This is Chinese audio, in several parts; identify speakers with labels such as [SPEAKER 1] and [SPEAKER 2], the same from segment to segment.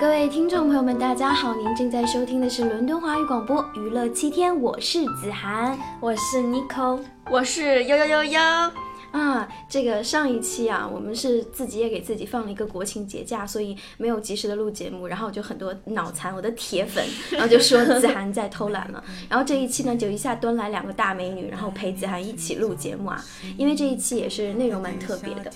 [SPEAKER 1] 各位听众朋友们，大家好，您正在收听的是伦敦华语广播娱乐七天，我是子涵，
[SPEAKER 2] 我是 Nico，
[SPEAKER 3] 我是幺幺幺幺。
[SPEAKER 1] 啊，这个上一期啊，我们是自己也给自己放了一个国庆节假，所以没有及时的录节目，然后就很多脑残，我的铁 粉，然后就说子涵在偷懒 了。然后这一期呢，就一下端来两个大美女，然后陪子涵一起录节目啊，因为这一期也是内容蛮特别的。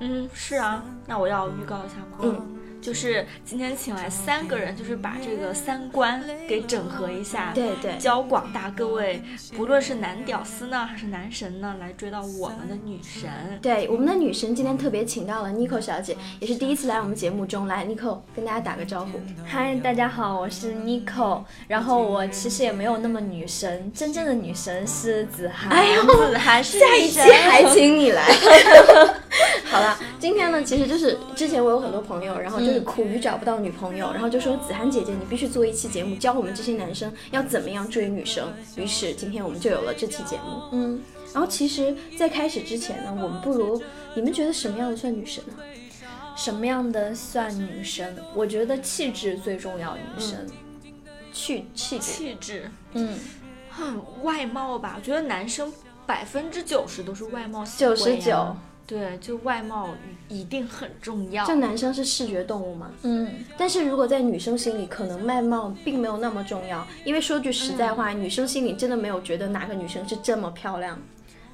[SPEAKER 3] 嗯，是啊，那我要预告一下吗？
[SPEAKER 1] 嗯，
[SPEAKER 3] 就是今天请来三个人，就是把这个三观给整合一下，
[SPEAKER 1] 对对
[SPEAKER 3] 教广大各位，不论是男屌丝呢，还是男神呢，来追到我们的女神。
[SPEAKER 1] 对，我们的女神今天特别请到了 Nico 小姐，也是第一次来我们节目中来，Nico 跟大家打个招呼。
[SPEAKER 2] 嗨，大家好，我是 Nico，然后我其实也没有那么女神，真正的女神是子涵，
[SPEAKER 1] 哎呦
[SPEAKER 2] 子涵是
[SPEAKER 1] 下
[SPEAKER 2] 女
[SPEAKER 1] 一期
[SPEAKER 2] 神，
[SPEAKER 1] 还请你 来。好了，今天呢，其实就是之前我有很多朋友，然后
[SPEAKER 2] 嗯
[SPEAKER 1] 就是苦于找不到女朋友，然后就说子涵姐姐，你必须做一期节目，教我们这些男生要怎么样追女生。于是今天我们就有了这期节目。
[SPEAKER 2] 嗯，
[SPEAKER 1] 然后其实，在开始之前呢，我们不如你们觉得什么样的算女神呢？
[SPEAKER 2] 什么样的算女神？我觉得气质最重要，女生，
[SPEAKER 1] 气气质，
[SPEAKER 3] 气质，
[SPEAKER 2] 嗯，
[SPEAKER 3] 哼， 外貌吧，我觉得男生百分之九十都是外貌协
[SPEAKER 1] 九
[SPEAKER 3] 会
[SPEAKER 1] 十
[SPEAKER 3] 呀
[SPEAKER 1] 九。
[SPEAKER 3] 对，就外貌一定很重要。
[SPEAKER 1] 像男生是视觉动物嘛，
[SPEAKER 2] 嗯，
[SPEAKER 1] 但是如果在女生心里，可能外貌并没有那么重要，因为说句实在话，女生心里真的没有觉得哪个女生是这么漂亮，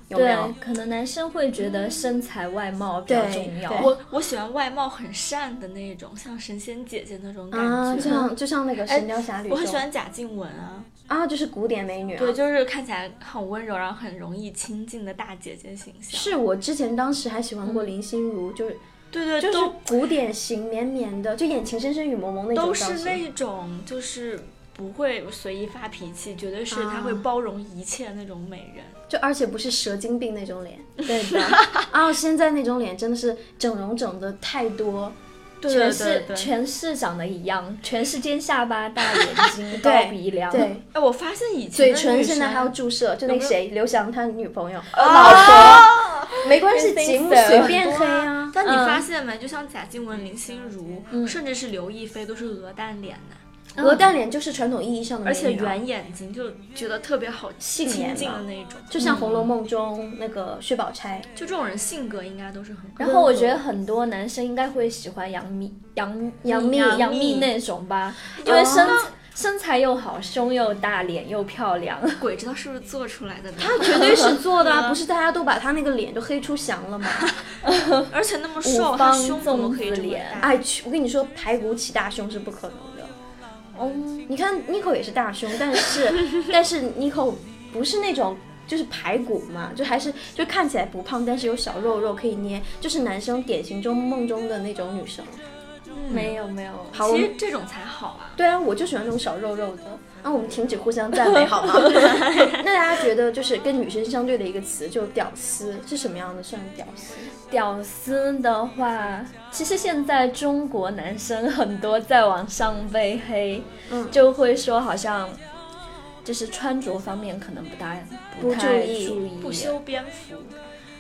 [SPEAKER 1] 有没
[SPEAKER 2] 对
[SPEAKER 1] 有？，
[SPEAKER 2] 可能男生会觉得身材外貌比较
[SPEAKER 1] 对
[SPEAKER 2] 重要，
[SPEAKER 1] 对
[SPEAKER 3] 我我喜欢外貌很善的那种，像神仙姐姐那种感
[SPEAKER 1] 啊，就
[SPEAKER 3] 觉。
[SPEAKER 1] 像 就像那个《神雕侠侣》
[SPEAKER 3] 我很喜
[SPEAKER 1] 中
[SPEAKER 3] 欢贾静雯啊，
[SPEAKER 1] 啊，就是古典美女啊。
[SPEAKER 3] 对，就是看起来很温柔，然后很容易亲近的大姐姐形象。
[SPEAKER 1] 是我之前当时还喜欢过林心如，就是
[SPEAKER 3] 对对，
[SPEAKER 1] 就是
[SPEAKER 3] 嗯都
[SPEAKER 1] 古典型绵绵的，就眼情深深雨蒙蒙那种
[SPEAKER 3] 都
[SPEAKER 1] 造
[SPEAKER 3] 是
[SPEAKER 1] 型
[SPEAKER 3] 那种就是不会随意发脾气，绝对是她会
[SPEAKER 1] 啊
[SPEAKER 3] 包容一切那种美人。
[SPEAKER 1] 就而且不是蛇精病那种脸
[SPEAKER 2] 对的，
[SPEAKER 1] 啊，现在那种脸真的是整容整的太多，
[SPEAKER 3] 对
[SPEAKER 2] 全
[SPEAKER 3] 对
[SPEAKER 2] 是
[SPEAKER 3] 对对。
[SPEAKER 2] 全是长得一样，全是尖下巴、大眼睛、高
[SPEAKER 1] 对
[SPEAKER 2] 鼻梁，
[SPEAKER 1] 对，
[SPEAKER 3] 哎，我发现以前
[SPEAKER 1] 嘴
[SPEAKER 3] 的女
[SPEAKER 1] 唇现在
[SPEAKER 3] 生
[SPEAKER 1] 还要注射，就那
[SPEAKER 3] 有没有
[SPEAKER 1] 谁刘翔他女朋友，
[SPEAKER 3] 啊
[SPEAKER 1] 没关系，
[SPEAKER 2] Everything
[SPEAKER 1] 节目
[SPEAKER 2] fair
[SPEAKER 1] 随便黑
[SPEAKER 3] 啊
[SPEAKER 1] 啊！。
[SPEAKER 3] 但你
[SPEAKER 2] 嗯
[SPEAKER 3] 发现没？就像贾静雯、林心如，甚至是刘亦菲，都是鹅蛋脸的。
[SPEAKER 1] 鹅蛋脸就是传统意义上的美
[SPEAKER 3] 嗯而
[SPEAKER 1] 女啊，
[SPEAKER 3] 且圆眼睛就觉得特别好亲
[SPEAKER 1] 年
[SPEAKER 3] 近
[SPEAKER 1] 嘛
[SPEAKER 3] 的那种，
[SPEAKER 1] 就像《红楼梦》中那个薛宝钗，
[SPEAKER 3] 就这种人性格应该都是很好。
[SPEAKER 2] 然后我觉得
[SPEAKER 3] 嗯
[SPEAKER 2] 很多男生应该会喜欢杨幂、杨
[SPEAKER 1] 杨幂哦
[SPEAKER 2] 幂、杨
[SPEAKER 3] 杨幂
[SPEAKER 2] 那种吧，因为身、身材又好，胸又大，脸又漂亮。
[SPEAKER 3] 鬼知道是不是做出来的呢？
[SPEAKER 1] 她绝对是做的 啊！不是大家都把她那个脸都黑出翔了吗？
[SPEAKER 3] 而且那么瘦，他
[SPEAKER 2] 五方
[SPEAKER 3] 胸怎么可以这么
[SPEAKER 2] 粽子
[SPEAKER 3] 大？
[SPEAKER 1] 哎，去我跟你说，排骨起大胸是不可能的。哦
[SPEAKER 2] 嗯，
[SPEAKER 1] 你看 Nico 也是大胸，但 是但是 Nico 不是那种。就是排骨嘛，就还是就看起来不胖，但是有小肉肉可以捏，就是男生典型中梦中的那种女生。嗯
[SPEAKER 2] 没有没有，
[SPEAKER 1] 好，我
[SPEAKER 3] 嗯其
[SPEAKER 1] 们
[SPEAKER 3] 实这种才好啊。
[SPEAKER 1] 对啊，我就喜欢这种小肉肉的。啊，我们停止互相赞美好吗？ 那大家觉得就是跟女生相对的一个词，就屌丝是什么样的算屌丝？
[SPEAKER 2] 屌丝的话，其实现在中国男生很多在网上被黑，
[SPEAKER 1] 嗯
[SPEAKER 2] 就会说好像就是穿着方面可能不大
[SPEAKER 1] 不
[SPEAKER 2] 太
[SPEAKER 1] 注意
[SPEAKER 2] 注意，
[SPEAKER 3] 不修边幅，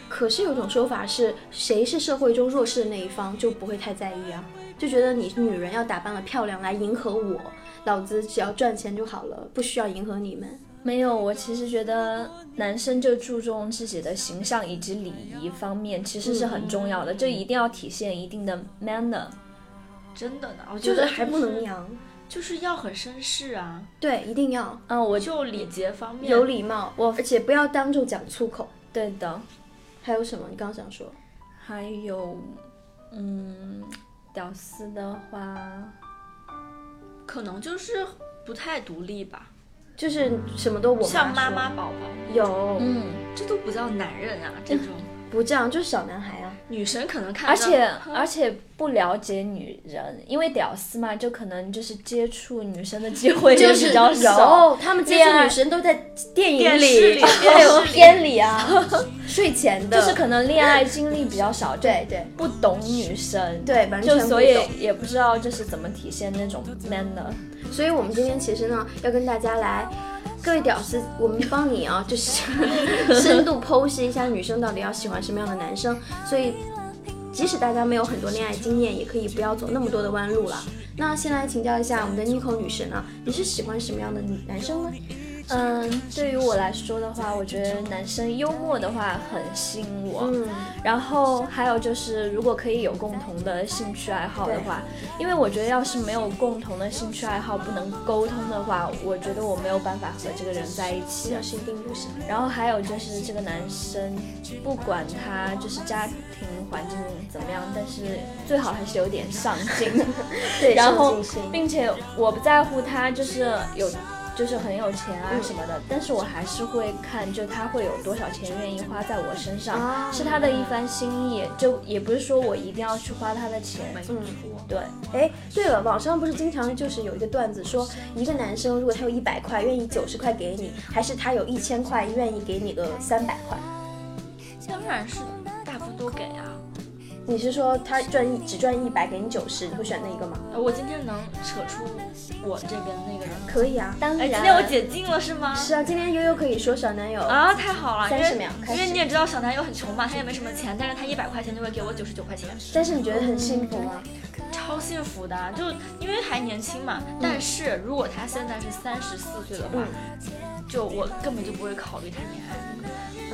[SPEAKER 1] 可是有种说法是，谁是社会中弱势的那一方就不会太在意啊，就觉得你女人要打扮的漂亮来迎合我，老子只要赚钱就好了，不需要迎合你们。
[SPEAKER 2] 没有，我其实觉得男生就注重自己的形象以及礼仪方面，其实是很重要的，就一定要体现一定的 manner。
[SPEAKER 3] 真的呢，我
[SPEAKER 1] 就
[SPEAKER 3] 觉
[SPEAKER 1] 是
[SPEAKER 3] 得
[SPEAKER 1] 还不能，娘，
[SPEAKER 3] 就是要很绅士啊，
[SPEAKER 1] 对，一定要
[SPEAKER 2] 嗯，我
[SPEAKER 3] 就礼节方面
[SPEAKER 1] 有。礼貌，我而且不要当众讲粗口。
[SPEAKER 2] 对的。
[SPEAKER 1] 还有什么？你刚刚想说？
[SPEAKER 2] 还有，嗯，屌丝的话，
[SPEAKER 3] 可能就是不太独立吧，
[SPEAKER 1] 就是什么都我
[SPEAKER 3] 像妈
[SPEAKER 1] 说
[SPEAKER 3] 妈宝宝，
[SPEAKER 1] 有，嗯
[SPEAKER 2] 嗯，
[SPEAKER 3] 这都不叫男人啊，这种
[SPEAKER 1] 不这样就是小男孩啊。
[SPEAKER 3] 女神可能看
[SPEAKER 2] 而
[SPEAKER 3] 着
[SPEAKER 2] 且而且不了解女人，因为屌丝嘛，就可能就是接触女生的机会也
[SPEAKER 1] 就是
[SPEAKER 2] 比较少。
[SPEAKER 1] 有，他们接
[SPEAKER 2] 恋
[SPEAKER 1] 触
[SPEAKER 2] 爱
[SPEAKER 1] 女神都在电影
[SPEAKER 3] 电视里
[SPEAKER 1] 还有
[SPEAKER 3] 电视里
[SPEAKER 1] 片里啊，睡前的，
[SPEAKER 2] 就是可能恋爱经历比较少，就
[SPEAKER 1] 对对
[SPEAKER 2] 不懂女生，
[SPEAKER 1] 对，完全
[SPEAKER 2] 就
[SPEAKER 1] 不
[SPEAKER 2] 所以
[SPEAKER 1] 懂
[SPEAKER 2] 也不知道就是怎么体现那种 manner。
[SPEAKER 1] 所以我们今天其实呢，要跟大家来。各位屌丝，我们帮你啊，就是 深度剖析一下女生到底要喜欢什么样的男生。所以即使大家没有很多恋爱经验，也可以不要走那么多的弯路了。那先来请教一下我们的 Nico 女神啊，你是喜欢什么样的女男生呢？
[SPEAKER 2] 嗯，对于我来说的话，我觉得男生幽默的话很吸引我。
[SPEAKER 1] 嗯，
[SPEAKER 2] 然后还有就是，如果可以有共同的兴趣爱好的话，因为我觉得要是没有共同的兴趣爱好，不能沟通的话，我觉得我没有办法和这个人在一起
[SPEAKER 1] 那。是一定不是。
[SPEAKER 2] 然后还有就是，这个男生不管他就是家庭环境怎么样，但是最好还是有点上进。
[SPEAKER 1] 对，
[SPEAKER 2] 然后
[SPEAKER 1] 上进心
[SPEAKER 2] 并且我不在乎他就是有，就是很有钱啊什么的，但是我还是会看，就他会有多少钱愿意花在我身上，
[SPEAKER 1] 啊
[SPEAKER 2] 是他的一番心意，就也不是说我一定要去花他的钱，
[SPEAKER 1] 嗯，
[SPEAKER 2] 对，
[SPEAKER 1] 哎，对了，网上不是经常就是有一个段子说，一个男生如果他有一百块，愿意九十块给你，还是他有一千块，愿意给你个三百块？
[SPEAKER 3] 嗯当然是大部分都给啊。
[SPEAKER 1] 你是说他赚一只赚一百给你九十，你会选那个吗？
[SPEAKER 3] 呃我今天能扯出我这边那个人吗？
[SPEAKER 1] 可以啊，
[SPEAKER 2] 当
[SPEAKER 3] 哎，今
[SPEAKER 2] 然，
[SPEAKER 3] 天我解禁了是吗？
[SPEAKER 1] 是啊，今天悠悠可以说小男友，
[SPEAKER 3] 啊，太好了！因为
[SPEAKER 1] 30秒开
[SPEAKER 3] 因
[SPEAKER 1] 始
[SPEAKER 3] 为你也知道小男友很穷嘛，他也没什么钱，但是他一百块钱就会给我九十九块钱，
[SPEAKER 1] 但是你觉得很幸福吗？
[SPEAKER 3] 超幸福的。啊就因为还年轻嘛，
[SPEAKER 1] 嗯
[SPEAKER 3] 但是如果他现在是三十四岁的话，
[SPEAKER 1] 嗯
[SPEAKER 3] 就我根本就不会考虑谈恋爱。嗯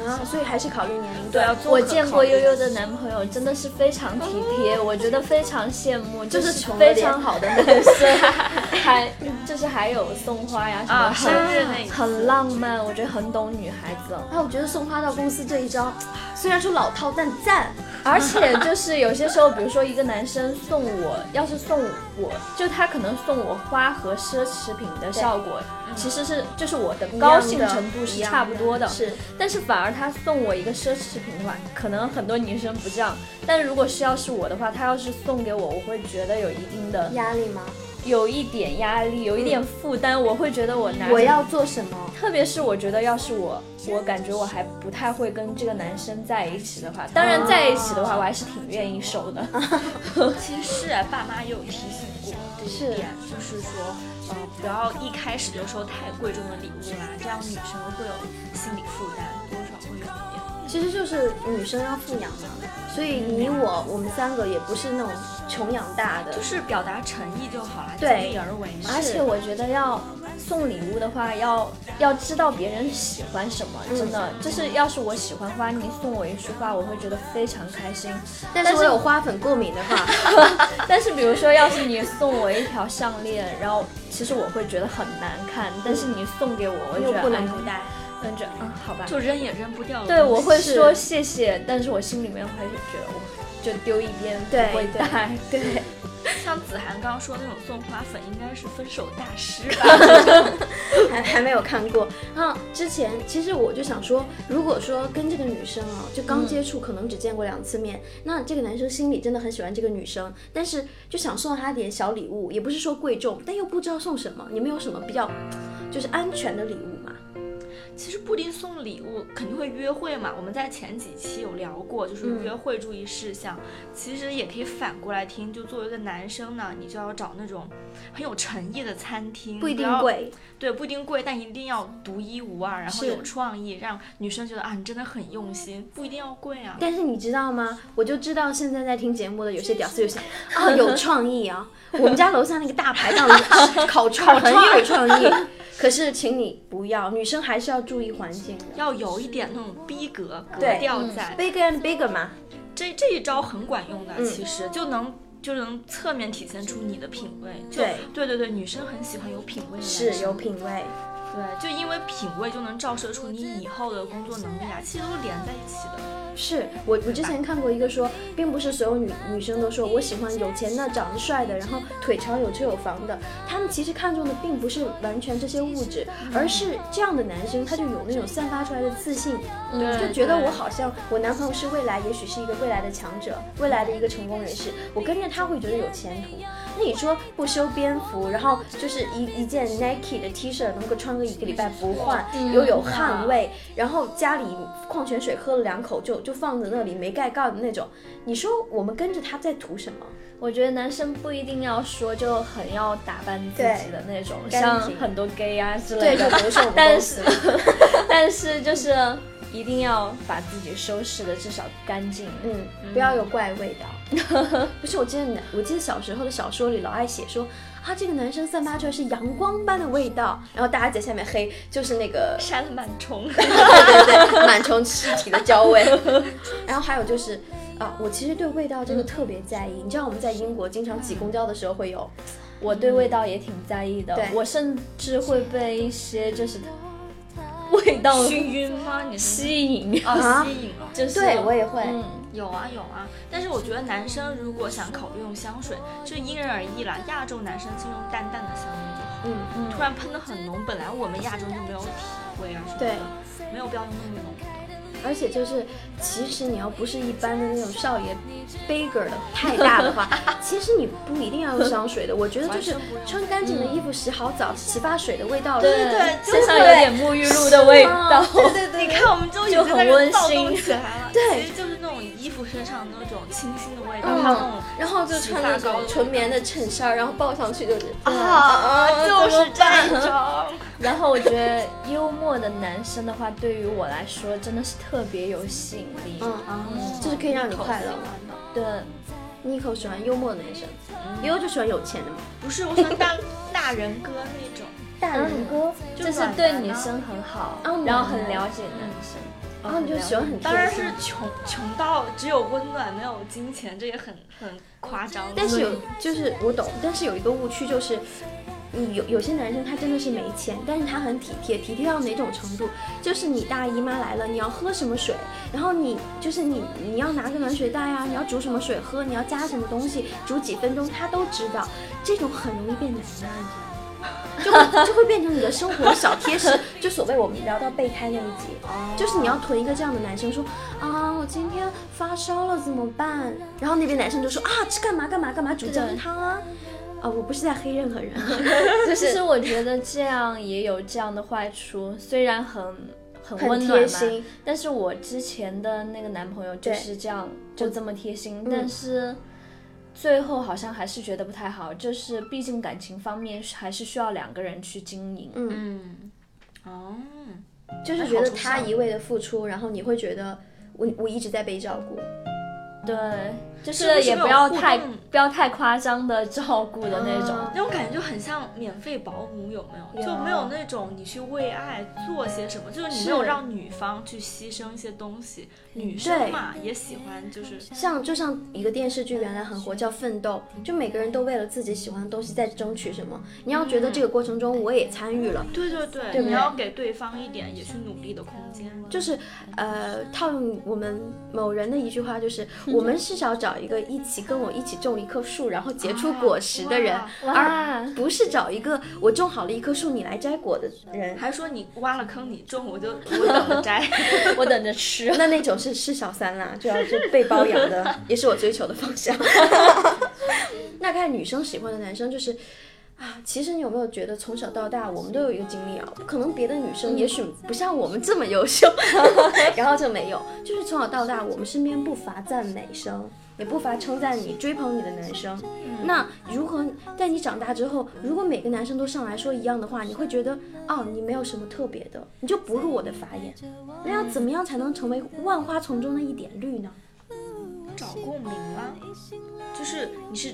[SPEAKER 1] 啊，所以还是考虑年龄
[SPEAKER 3] 对
[SPEAKER 1] 段。
[SPEAKER 3] 啊，
[SPEAKER 2] 我见过悠悠的男朋友，真的是非常体贴，我觉得非常羡慕，就是
[SPEAKER 1] 穷了
[SPEAKER 2] 非
[SPEAKER 1] 点
[SPEAKER 2] 常好的男生， 还就是还有送花呀什么，
[SPEAKER 3] 啊生
[SPEAKER 2] 很
[SPEAKER 3] 日那一次
[SPEAKER 2] 很浪漫，我觉得很懂女孩子。
[SPEAKER 1] 啊，我觉得送花到公司这一招，啊虽然说老套，但赞。
[SPEAKER 2] 而且就是有些时候，比如说一个男生送我，要是送我，就他可能送我花和奢侈品的效果，
[SPEAKER 1] 嗯
[SPEAKER 2] 其实是就是我的高兴程度是差不多的。
[SPEAKER 1] 是，
[SPEAKER 2] 但是反而他送我一个奢侈品的话，可能很多女生不这样。但如果是要是我的话，他要是送给我，我会觉得有一定的
[SPEAKER 1] 压力吗？
[SPEAKER 2] 有一点压力，有一点负担，我会觉得我拿着
[SPEAKER 1] 我要做什么？
[SPEAKER 2] 特别是我觉得，要是我，我感觉我还不太会跟这个男生在一起的话，当
[SPEAKER 3] 哦
[SPEAKER 2] 然在一起的话，我还是挺愿意收的。
[SPEAKER 3] 其实啊爸妈也有提醒过这一点，就是说，呃，不要一开始就收太贵重的礼物啦，这样女生会有心理负担，多少会有一点。
[SPEAKER 1] 其实就是女生要富养嘛，所以你我我们三个也不是那种穷养大的
[SPEAKER 3] 就，是表达诚意就好了，尽
[SPEAKER 1] 对
[SPEAKER 3] 力而为嘛。
[SPEAKER 2] 而且我觉得要送礼物的话，要要知道别人喜欢什么，真的
[SPEAKER 3] 嗯
[SPEAKER 2] 就是要是我喜欢花，你送我一束花，我会觉得非常开心。
[SPEAKER 1] 但是我有花粉过敏的话，
[SPEAKER 2] 但是比如说，要是你送我一条项链，然后其实我会觉得很难看，但是你送给我，我
[SPEAKER 1] 又
[SPEAKER 2] 觉得
[SPEAKER 1] 不能
[SPEAKER 2] 哎
[SPEAKER 1] 不戴。
[SPEAKER 2] 嗯，这嗯好吧，
[SPEAKER 3] 就扔也扔不掉的东西。
[SPEAKER 2] 对，我会
[SPEAKER 1] 哦是
[SPEAKER 2] 说谢谢，但是我心里面会觉得我就丢一边，
[SPEAKER 1] 对
[SPEAKER 2] 不会带。
[SPEAKER 1] 对，
[SPEAKER 3] 像子涵刚刚说那种送花粉，应该是分手大师吧？
[SPEAKER 1] 还还没有看过。然后之前其实我就想说，如果说跟这个女生啊，就刚接触，可能只见过两次面，那这个男生心里真的很喜欢这个女生，但是就想送她点小礼物，也不是说贵重，但又不知道送什么。你们有什么比较就是安全的礼物吗？
[SPEAKER 3] 其实不一定送礼物，肯定会约会嘛。我们在前几期有聊过，就是
[SPEAKER 1] 嗯
[SPEAKER 3] 约会注意事项。其实也可以反过来听，就作为一个男生呢，你就要找那种很有诚意的餐厅，
[SPEAKER 1] 不一定
[SPEAKER 3] 要。
[SPEAKER 1] 贵，
[SPEAKER 3] 对，不一定贵，但一定要独一无二，然后
[SPEAKER 1] 是
[SPEAKER 3] 有创意，让女生觉得啊，你真的很用心，不一定要贵啊。
[SPEAKER 1] 但是你知道吗？我就知道现在在听节目的有些屌丝就想啊，有创意 啊！我们家楼下那个大排档 啊烤串很有创意。可是，请你不要，女生还是要注意环境的。
[SPEAKER 3] 要有一点那种逼格格
[SPEAKER 1] 对嗯
[SPEAKER 3] 调在，
[SPEAKER 1] Bigger and bigger 嘛，
[SPEAKER 3] 这这一招很管用
[SPEAKER 1] 嗯
[SPEAKER 3] 的，其实就能就能侧面体现出你的品味。就
[SPEAKER 1] 对
[SPEAKER 3] 对对对女生很喜欢有品味的男生，
[SPEAKER 1] 是有品味。
[SPEAKER 3] 对，就因为品味就能照射出你以后的工作能力啊，其实都是连在一起的。
[SPEAKER 1] 是我我之前看过一个说，并不是所有女女生都说我喜欢有钱的、长得帅的，然后腿长、有车有房的。他们其实看重的并不是完全这些物质，
[SPEAKER 3] 嗯
[SPEAKER 1] 而是这样的男生他就有那种散发出来的自信，
[SPEAKER 2] 嗯
[SPEAKER 1] 就觉得
[SPEAKER 3] 对
[SPEAKER 1] 我好像我男朋友是未来，也许是一个未来的强者，未来的一个成功人士，我跟着他会觉得有前途。那你说不修边幅，然后就是一一件 Nike 的 T 恤能够穿个一个礼拜不换，又有汗味，然后家里矿泉水喝了两口就就放在那里没盖盖的那种，你说我们跟着他在图什么？
[SPEAKER 2] 我觉得男生不一定要说就很要打扮自己的那种，
[SPEAKER 1] 干
[SPEAKER 2] 像
[SPEAKER 1] 净
[SPEAKER 2] 很多 gay 啊之
[SPEAKER 1] 对，
[SPEAKER 2] 类
[SPEAKER 1] 就
[SPEAKER 2] 的。
[SPEAKER 1] 比如说我们
[SPEAKER 2] 但
[SPEAKER 1] 公司
[SPEAKER 2] 是，但是就是一定要把自己收拾的至少干净。
[SPEAKER 1] 嗯，不要有怪味道。不是，我记得男，我记得小时候的小说里老爱写说啊，这个男生散发出来是阳光般的味道，然后大家在下面黑，就是那个
[SPEAKER 3] 扇螨 虫，
[SPEAKER 1] 对对对，螨虫尸体的焦味。然后还有就是啊，我其实对味道真的特别在意。你知道我们在英国经常挤公交的时候会有，
[SPEAKER 2] 我对味道也挺在意的
[SPEAKER 1] 对，
[SPEAKER 2] 我甚至会被一些就是 味道
[SPEAKER 3] 熏晕吗？你是
[SPEAKER 2] 吸引，
[SPEAKER 1] 啊
[SPEAKER 3] 哦，吸引了。
[SPEAKER 2] 就是
[SPEAKER 1] 对我也会。
[SPEAKER 2] 嗯，
[SPEAKER 3] 有啊有啊，但是我觉得男生如果想考虑用香水，就因人而异啦。亚洲男生就用淡淡的香味就好。
[SPEAKER 1] 嗯
[SPEAKER 2] 嗯
[SPEAKER 3] 突然喷的很浓，本来我们亚洲就没有体味啊什么
[SPEAKER 1] 对
[SPEAKER 3] 的，没有必要用那么浓。
[SPEAKER 1] 而且就是，其实你要不是一般的那种少爷 bagger 的太大的话，其实你不一定要用香水的。我觉得就是
[SPEAKER 3] 完全不用
[SPEAKER 1] 穿干净的衣服、洗好澡、洗发水的味道，嗯
[SPEAKER 2] 对
[SPEAKER 3] 对就
[SPEAKER 2] 身上
[SPEAKER 3] 会
[SPEAKER 2] 有 点沐浴露的味道
[SPEAKER 1] 啊，对对对，
[SPEAKER 3] 你看，我们就已经
[SPEAKER 2] 就
[SPEAKER 3] 在
[SPEAKER 2] 很
[SPEAKER 3] 这
[SPEAKER 2] 温
[SPEAKER 3] 躁
[SPEAKER 2] 馨
[SPEAKER 3] 动起来了。
[SPEAKER 1] 对
[SPEAKER 3] 其实就是那种衣服身上那种清新的味道，还有那
[SPEAKER 1] 嗯
[SPEAKER 3] 种，
[SPEAKER 1] 然后就穿那种纯棉的衬衫，然后抱上去就是
[SPEAKER 3] 啊，就是这一种。
[SPEAKER 2] 然后我觉得幽默的男生的话，对于我来说真的是特别有吸引力。
[SPEAKER 1] 嗯，
[SPEAKER 3] 嗯
[SPEAKER 1] 就是可以让你快乐嘛。
[SPEAKER 2] 对，
[SPEAKER 1] n i c o 喜欢幽默的男生 y o 就喜欢有钱的嘛。
[SPEAKER 3] 嗯不是，我喜欢大大人哥那种。
[SPEAKER 1] 大人哥，
[SPEAKER 3] 就
[SPEAKER 2] 就是
[SPEAKER 3] 暖
[SPEAKER 2] 对
[SPEAKER 3] 男
[SPEAKER 2] 女
[SPEAKER 3] 啊
[SPEAKER 2] 生很好
[SPEAKER 1] 哦，
[SPEAKER 2] 然后
[SPEAKER 1] 暖
[SPEAKER 2] 很
[SPEAKER 1] 男
[SPEAKER 2] 了解男生。嗯
[SPEAKER 1] 然后你就喜欢哦很
[SPEAKER 3] 当然
[SPEAKER 1] 贴心
[SPEAKER 3] 是，穷穷到只有温暖没有金钱，这也很很夸张。
[SPEAKER 1] 但是
[SPEAKER 3] 所以
[SPEAKER 1] 有就是我懂，但是有一个误区就是。你有有些男生他真的是没钱，但是他很体贴，体贴到哪种程度？就是你大姨妈来了，你要喝什么水，然后你就是你你要拿个暖水袋啊，你要煮什么水喝，你要加什么东西，煮几分钟他都知道，这种很容易变男人。就会就会变成你的生活的小贴 士，就所谓我们聊到备胎那一集，
[SPEAKER 3] 哦
[SPEAKER 1] 就是你要囤一个这样的男生说啊，我今天发烧了怎么办？然后那边男生就说啊，吃干嘛干嘛干嘛，煮姜汤啊。啊，我不是在黑任何人，啊
[SPEAKER 2] 其实我觉得这样也有这样的坏处，虽然很 很
[SPEAKER 1] 很
[SPEAKER 2] 温暖
[SPEAKER 1] 贴
[SPEAKER 2] 嘛
[SPEAKER 1] 心，
[SPEAKER 2] 但是我之前的那个男朋友就
[SPEAKER 1] 对嗯
[SPEAKER 2] 是这样，就这么贴心，但是最后好像还是觉得不太好，就是毕竟感情方面是还是需要两个人去经营。
[SPEAKER 1] 嗯
[SPEAKER 3] 嗯，哦，
[SPEAKER 1] 就是觉得
[SPEAKER 3] 哎
[SPEAKER 1] 他
[SPEAKER 3] 好抽象
[SPEAKER 1] 一味的付出，然后你会觉得我我一直在被照顾。
[SPEAKER 2] 对，就是
[SPEAKER 3] 不
[SPEAKER 2] 是
[SPEAKER 3] 是
[SPEAKER 2] 也
[SPEAKER 3] 没
[SPEAKER 2] 不
[SPEAKER 3] 有
[SPEAKER 2] 要
[SPEAKER 3] 互
[SPEAKER 2] 太
[SPEAKER 3] 动
[SPEAKER 2] 不要太夸张的照顾的那种。
[SPEAKER 1] 啊
[SPEAKER 3] 那种感觉就很像免费保姆，有没
[SPEAKER 1] 有
[SPEAKER 3] 有？就没有那种你去为爱做些什么，就是你没有让女方去牺牲一些东西。
[SPEAKER 1] 嗯
[SPEAKER 3] 女生嘛，也喜欢就是
[SPEAKER 1] 像就像一个电视剧原来很火叫《奋斗》，
[SPEAKER 2] 嗯
[SPEAKER 1] 就每个人都为了自己喜欢的东西在争取什么。你要觉得
[SPEAKER 2] 嗯
[SPEAKER 1] 这个过程中我也参与了，
[SPEAKER 3] 对对对，
[SPEAKER 1] 对不对
[SPEAKER 3] 你要给对方一点也去努力的空间。
[SPEAKER 1] 就是呃，套用我们某人的一句话，就是
[SPEAKER 3] 嗯
[SPEAKER 1] 我们是想找一个一起跟我一起种一棵树，然后结出果实的人
[SPEAKER 3] 啊，
[SPEAKER 1] 而不是找一个我种好了一棵树，你来摘果的人。
[SPEAKER 3] 还说你挖了坑你种，我就我等着摘。
[SPEAKER 2] 我等着吃。
[SPEAKER 1] 那那种是是小三啦，就要就被包养的，也是我追求的方向。那看女生喜欢的男生就是。啊，其实你有没有觉得从小到大我们都有一个经历啊？可能别的女生也许不像我们这么优秀，然后就没有，就是从小到大我们身边不乏赞美声，也不乏称赞你、追捧你的男生。那如何在你长大之后，如果每个男生都上来说一样的话，你会觉得哦，你没有什么特别的，你就不入我的法眼。那要怎么样才能成为万花丛中的一点绿呢？
[SPEAKER 3] 找共鸣啦，就是你是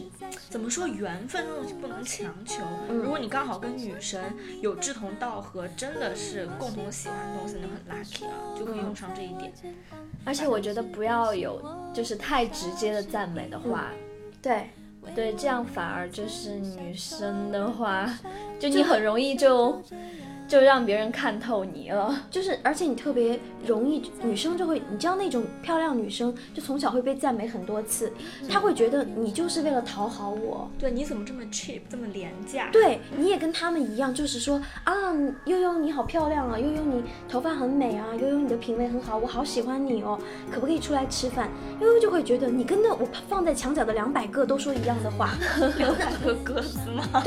[SPEAKER 3] 怎么说缘分这种东西不能强求。如果你刚好跟女生有志同道合，真的是共同喜欢的东西，那很 lucky 了，就可以用上这一点。
[SPEAKER 2] 而且我觉得不要有就是太直接的赞美的话，
[SPEAKER 1] 对，
[SPEAKER 2] 对，这样反而就是女生的 话，就你很容易就就让别人看透你了。
[SPEAKER 1] 就是而且你特别容易，女生就会，你知道那种漂亮女生就从小会被赞美很多次，她会觉得你就是为了讨好我。
[SPEAKER 3] 对，你怎么这么 cheap，这么廉价？
[SPEAKER 1] 对，你也跟她们一样，就是说啊，你悠悠你好漂亮啊，悠悠你头发很美啊，悠悠你的品味很好，我好喜欢你哦，可不可以出来吃饭？悠悠就会觉得你跟那我放在墙角的两百个都说一样的话，
[SPEAKER 3] 两百个鸽子吗？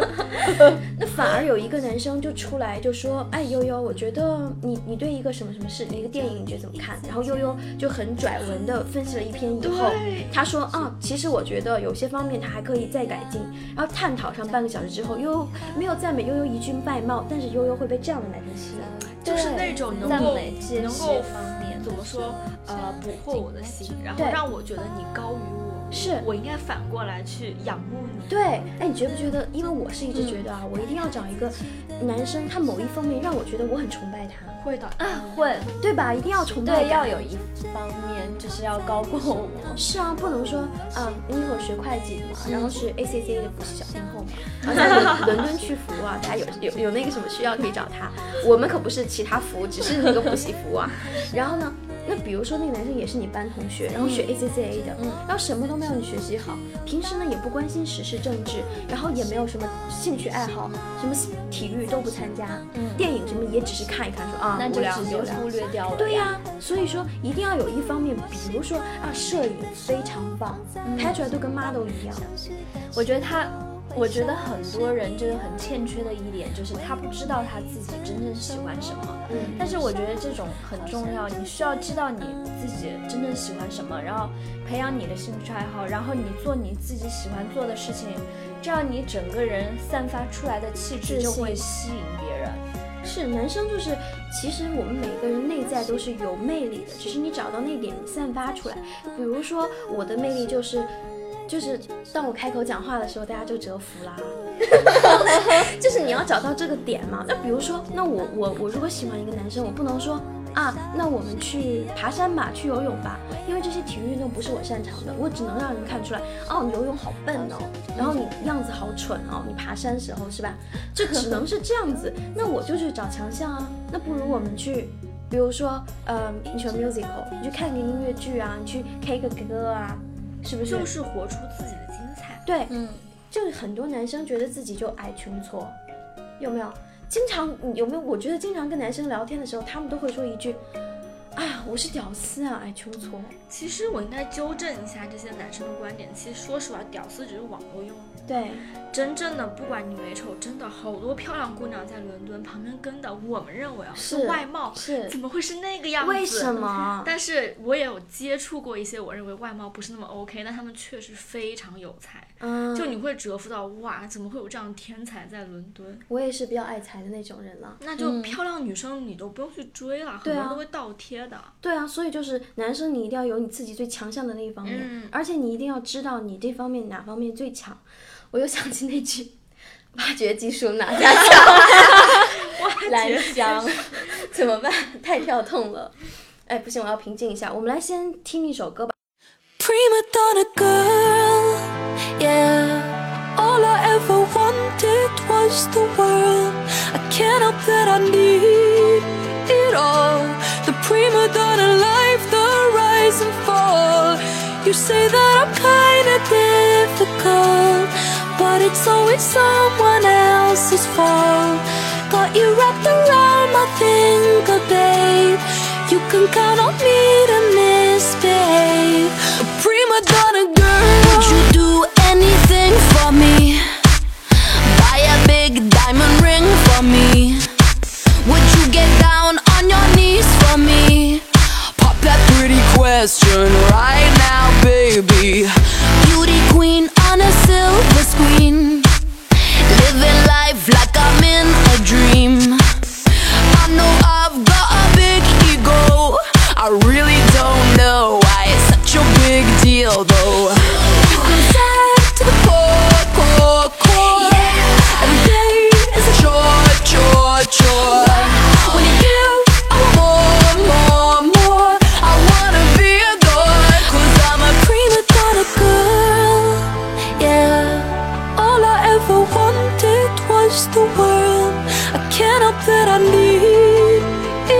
[SPEAKER 1] 那反而有一个男生就出来就说，哎悠悠，我觉得你你对一个什么什么事，一个电影你觉得怎么看？然后悠悠就很拽文的分析了一篇以后，他说啊，其实我觉得有些方面他还可以再改进。然后探讨上半个小时之后，悠悠没有赞美悠悠一句外貌，但是悠悠会被这样的男生吸引。
[SPEAKER 3] 就是那种能
[SPEAKER 2] 赞
[SPEAKER 3] 够
[SPEAKER 2] 美这
[SPEAKER 3] 能
[SPEAKER 2] 些
[SPEAKER 3] 够
[SPEAKER 2] 方面
[SPEAKER 3] 怎么说呃捕获我的心，然后
[SPEAKER 1] 对
[SPEAKER 3] 让我觉得你高于我，
[SPEAKER 1] 是
[SPEAKER 3] 我应该反过来去仰慕你。
[SPEAKER 1] 对，哎，你觉不觉得？因为我是一直觉得啊，我一定要找一个男生，他某一方面让我觉得我很崇拜他，
[SPEAKER 3] 会的，
[SPEAKER 2] 会，
[SPEAKER 1] 对吧？一定要崇拜
[SPEAKER 2] 对，
[SPEAKER 1] 他
[SPEAKER 2] 要有一方面就是要高过我。
[SPEAKER 1] 是啊，不能说，啊，你一会儿学会计的嘛，然后是 ACCA 的补习小天 后嘛，然后在伦伦敦区服务啊，大家有有有那个什么需要可以找他，我们可不是其他服务，只是那个补习服务 啊。然后呢，那比如说那个男生也是你班同
[SPEAKER 2] 嗯
[SPEAKER 1] 学，然后学 ACCA 的，然后什么都没有你学习好，平时呢也不关心时事政治，然后也没有什么兴趣爱好，什么体育都不参加，电影什么也只是看一看，说啊
[SPEAKER 2] 嗯那
[SPEAKER 1] 无
[SPEAKER 2] 就
[SPEAKER 1] 聊
[SPEAKER 2] 直接
[SPEAKER 1] 无聊
[SPEAKER 2] 忽略掉了。
[SPEAKER 1] 对呀、所以说一定要有一方面，比如说啊，摄影非常棒，拍出来都跟 model 一样。
[SPEAKER 2] 我觉得他，我觉得很多人就是很欠缺的一点，就是他不知道他自己真正喜欢什么。
[SPEAKER 1] 嗯
[SPEAKER 2] 但是我觉得这种很重要，你需要知道你自己真正喜欢什么，然后培养你的兴趣爱好，然后你做你自己喜欢做的事情，这样你整个人散发出来的气质
[SPEAKER 1] 自
[SPEAKER 2] 就
[SPEAKER 1] 信
[SPEAKER 2] 会吸引别人。
[SPEAKER 1] 是男生就是，其实我们每个人内在都是有魅力的，只是你找到那点散发出来。比如说我的魅力就是。就是当我开口讲话的时候，大家就折服啦。就是你要找到这个点嘛。那比如说，那我我我如果喜欢一个男生，我不能说啊，那我们去爬山吧，去游泳吧，因为这些体育运动不是我擅长的，我只能让人看出来，哦，你游泳好笨哦，然后你样子好蠢哦，你爬山时候是吧？这只能是这样子，那我就去找强项啊。那不如我们去，比如说，呃，你喜欢 musical，你去看个音乐剧啊，你去 K 个歌啊，是不是？
[SPEAKER 3] 就是活出自己的精彩。
[SPEAKER 1] 对，
[SPEAKER 2] 嗯，
[SPEAKER 1] 就是很多男生觉得自己就矮穷矬，有没有？经常有没有？我觉得经常跟男生聊天的时候，他们都会说一句：“哎呀，我是屌丝啊，矮穷矬。
[SPEAKER 3] 其实我应该纠正一下这些男生的观点。其实说实话，屌丝只是网络用语。”
[SPEAKER 1] 对，
[SPEAKER 3] 真正的不管你美丑，真的好多漂亮姑娘在伦敦旁边跟的，我们认为啊
[SPEAKER 1] 是
[SPEAKER 3] 外貌，
[SPEAKER 1] 是
[SPEAKER 3] 怎么会是那个样子？
[SPEAKER 1] 为什？么？
[SPEAKER 3] 但是我也有接触过一些我认为外貌不是那么 OK，但他们确实非常有才，
[SPEAKER 1] 嗯，
[SPEAKER 3] 就你会折服到哇，怎么会有这样的天才在伦敦？
[SPEAKER 1] 我也是比较爱财的那种人了。
[SPEAKER 3] 那就漂亮女生你都不用去追了，很
[SPEAKER 1] 嗯对
[SPEAKER 3] 多
[SPEAKER 1] 啊
[SPEAKER 3] 人都会倒贴的。
[SPEAKER 1] 对啊，所以就是男生，你一定要有你自己最强项的那一方面，
[SPEAKER 3] 嗯
[SPEAKER 1] 而且你一定要知道你这方面哪方面最强。我又想起那句“挖掘技术哪家强”， 兰香，怎么办？太跳痛了。哎，不行，我要平静一下。我们来先听一首歌吧。
[SPEAKER 4] prima donna girl. Yeah, all I ever wanted was the world. I can't help that I need it all. The prima donna life, the rise and fall. You say that I'm kinda difficult, but it's always someone else's fault. Got you wrapped around my finger, babe. You can count on me to misbehave. A prima donna girl, would you do anything for me? Buy a big diamond ring for me. Would you get down on your knees for me? Pop that pretty question right now, baby. Beauty queen on a silver screen. Living life like I'm in a dream. I know I've got a big ego. I really don't know why it's such a big deal, though. You can set to the core, core, core. Every day is a chore, chore, chore. When you give, I want more, more, more. I wanna be adored, cause I'm a prima donna girl. Yeah, all I ever wanted was the world. I can't help that I need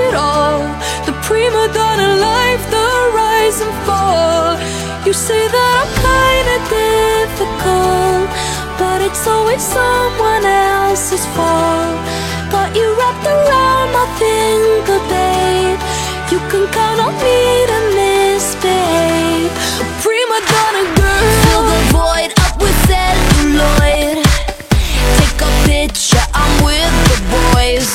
[SPEAKER 4] it all. The prima donna life, the rise and fall. You say that I'm kinda difficult, but it's always someone else's fault. Got you wrapped around my finger, babe. You can count on me to misbehave. A prima donna girl. Fill the void up with celluloid. Take a picture, I'm with the boys.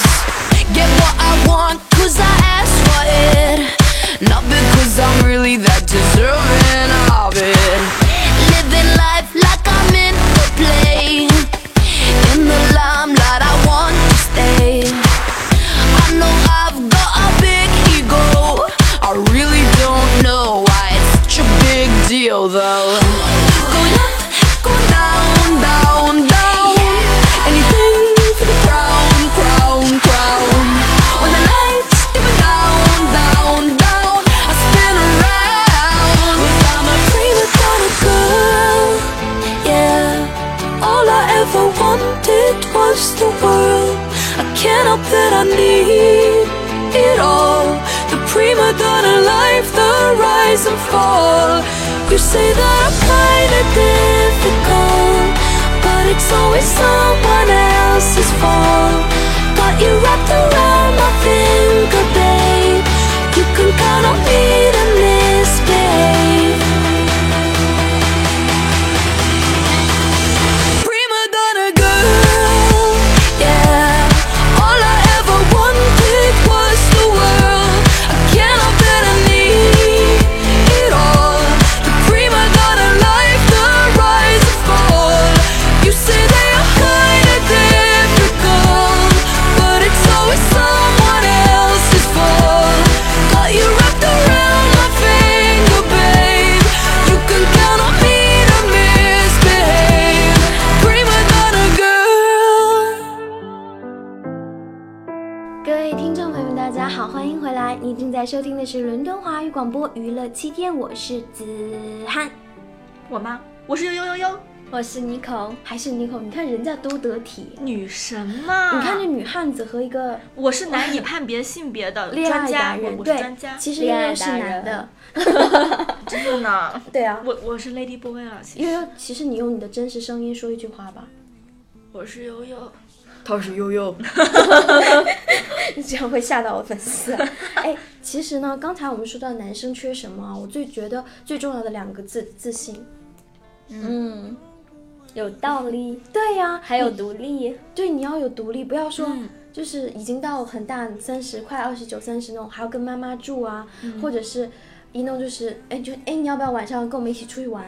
[SPEAKER 4] ever wanted was the world. I can't help that I need it all. The prima donna life, the rise and fall. You say that I'm kinda difficult, but it's always someone else's fault. Got you wrapped around my finger, babe. You can count on me to misbehave. prima donna girl. Yeah, all I ever wanted was the world. I cannot that I need it all. The prima donna life, the rise and fall. You say they are kinda difficult, but it's always someone else's fault. Got you wrapped around my finger, babe. You can count on me to misbehave. Prima donna girl.
[SPEAKER 1] 各位听众朋友们，大家好，欢迎回来！你正在收听的是伦敦华语广播娱乐七天，我是子涵，
[SPEAKER 3] 我吗？我是悠悠悠悠，
[SPEAKER 2] 我是妮蔻，
[SPEAKER 1] 还是 Nico？你看人家多得体，
[SPEAKER 3] 女神嘛！
[SPEAKER 1] 你看这，女汉子和一个
[SPEAKER 3] 我是难以判别性别的
[SPEAKER 1] 恋
[SPEAKER 3] 专
[SPEAKER 1] 爱达
[SPEAKER 3] 家，我
[SPEAKER 1] 人，
[SPEAKER 3] 我是
[SPEAKER 1] 对
[SPEAKER 3] 专家，，
[SPEAKER 1] 其实悠
[SPEAKER 2] 恋爱
[SPEAKER 1] 悠是
[SPEAKER 2] 达
[SPEAKER 1] 男
[SPEAKER 2] 人
[SPEAKER 1] 的，
[SPEAKER 3] 真的呢。
[SPEAKER 1] 对啊，
[SPEAKER 3] 我我是 Lady Boy 了，其
[SPEAKER 1] 悠
[SPEAKER 3] 实
[SPEAKER 1] 悠，其实你用你的真实声音说一句话吧，
[SPEAKER 3] 我是悠悠，
[SPEAKER 1] 他是悠悠，你 这样会吓到我粉丝啊。哎，其实呢，刚才我们说到男生缺什么啊，我最觉得最重要的两个字，自信。
[SPEAKER 2] 嗯，有道理，
[SPEAKER 1] 对呀、
[SPEAKER 2] 还有独立，
[SPEAKER 1] 对，你要有独立，不要说、
[SPEAKER 3] 嗯
[SPEAKER 1] 就是已经到很大，三十快二十九、三十那种，还要跟妈妈住啊，
[SPEAKER 2] 嗯
[SPEAKER 1] 或者是一弄就是，哎，就哎，你要不要晚上跟我们一起出去玩？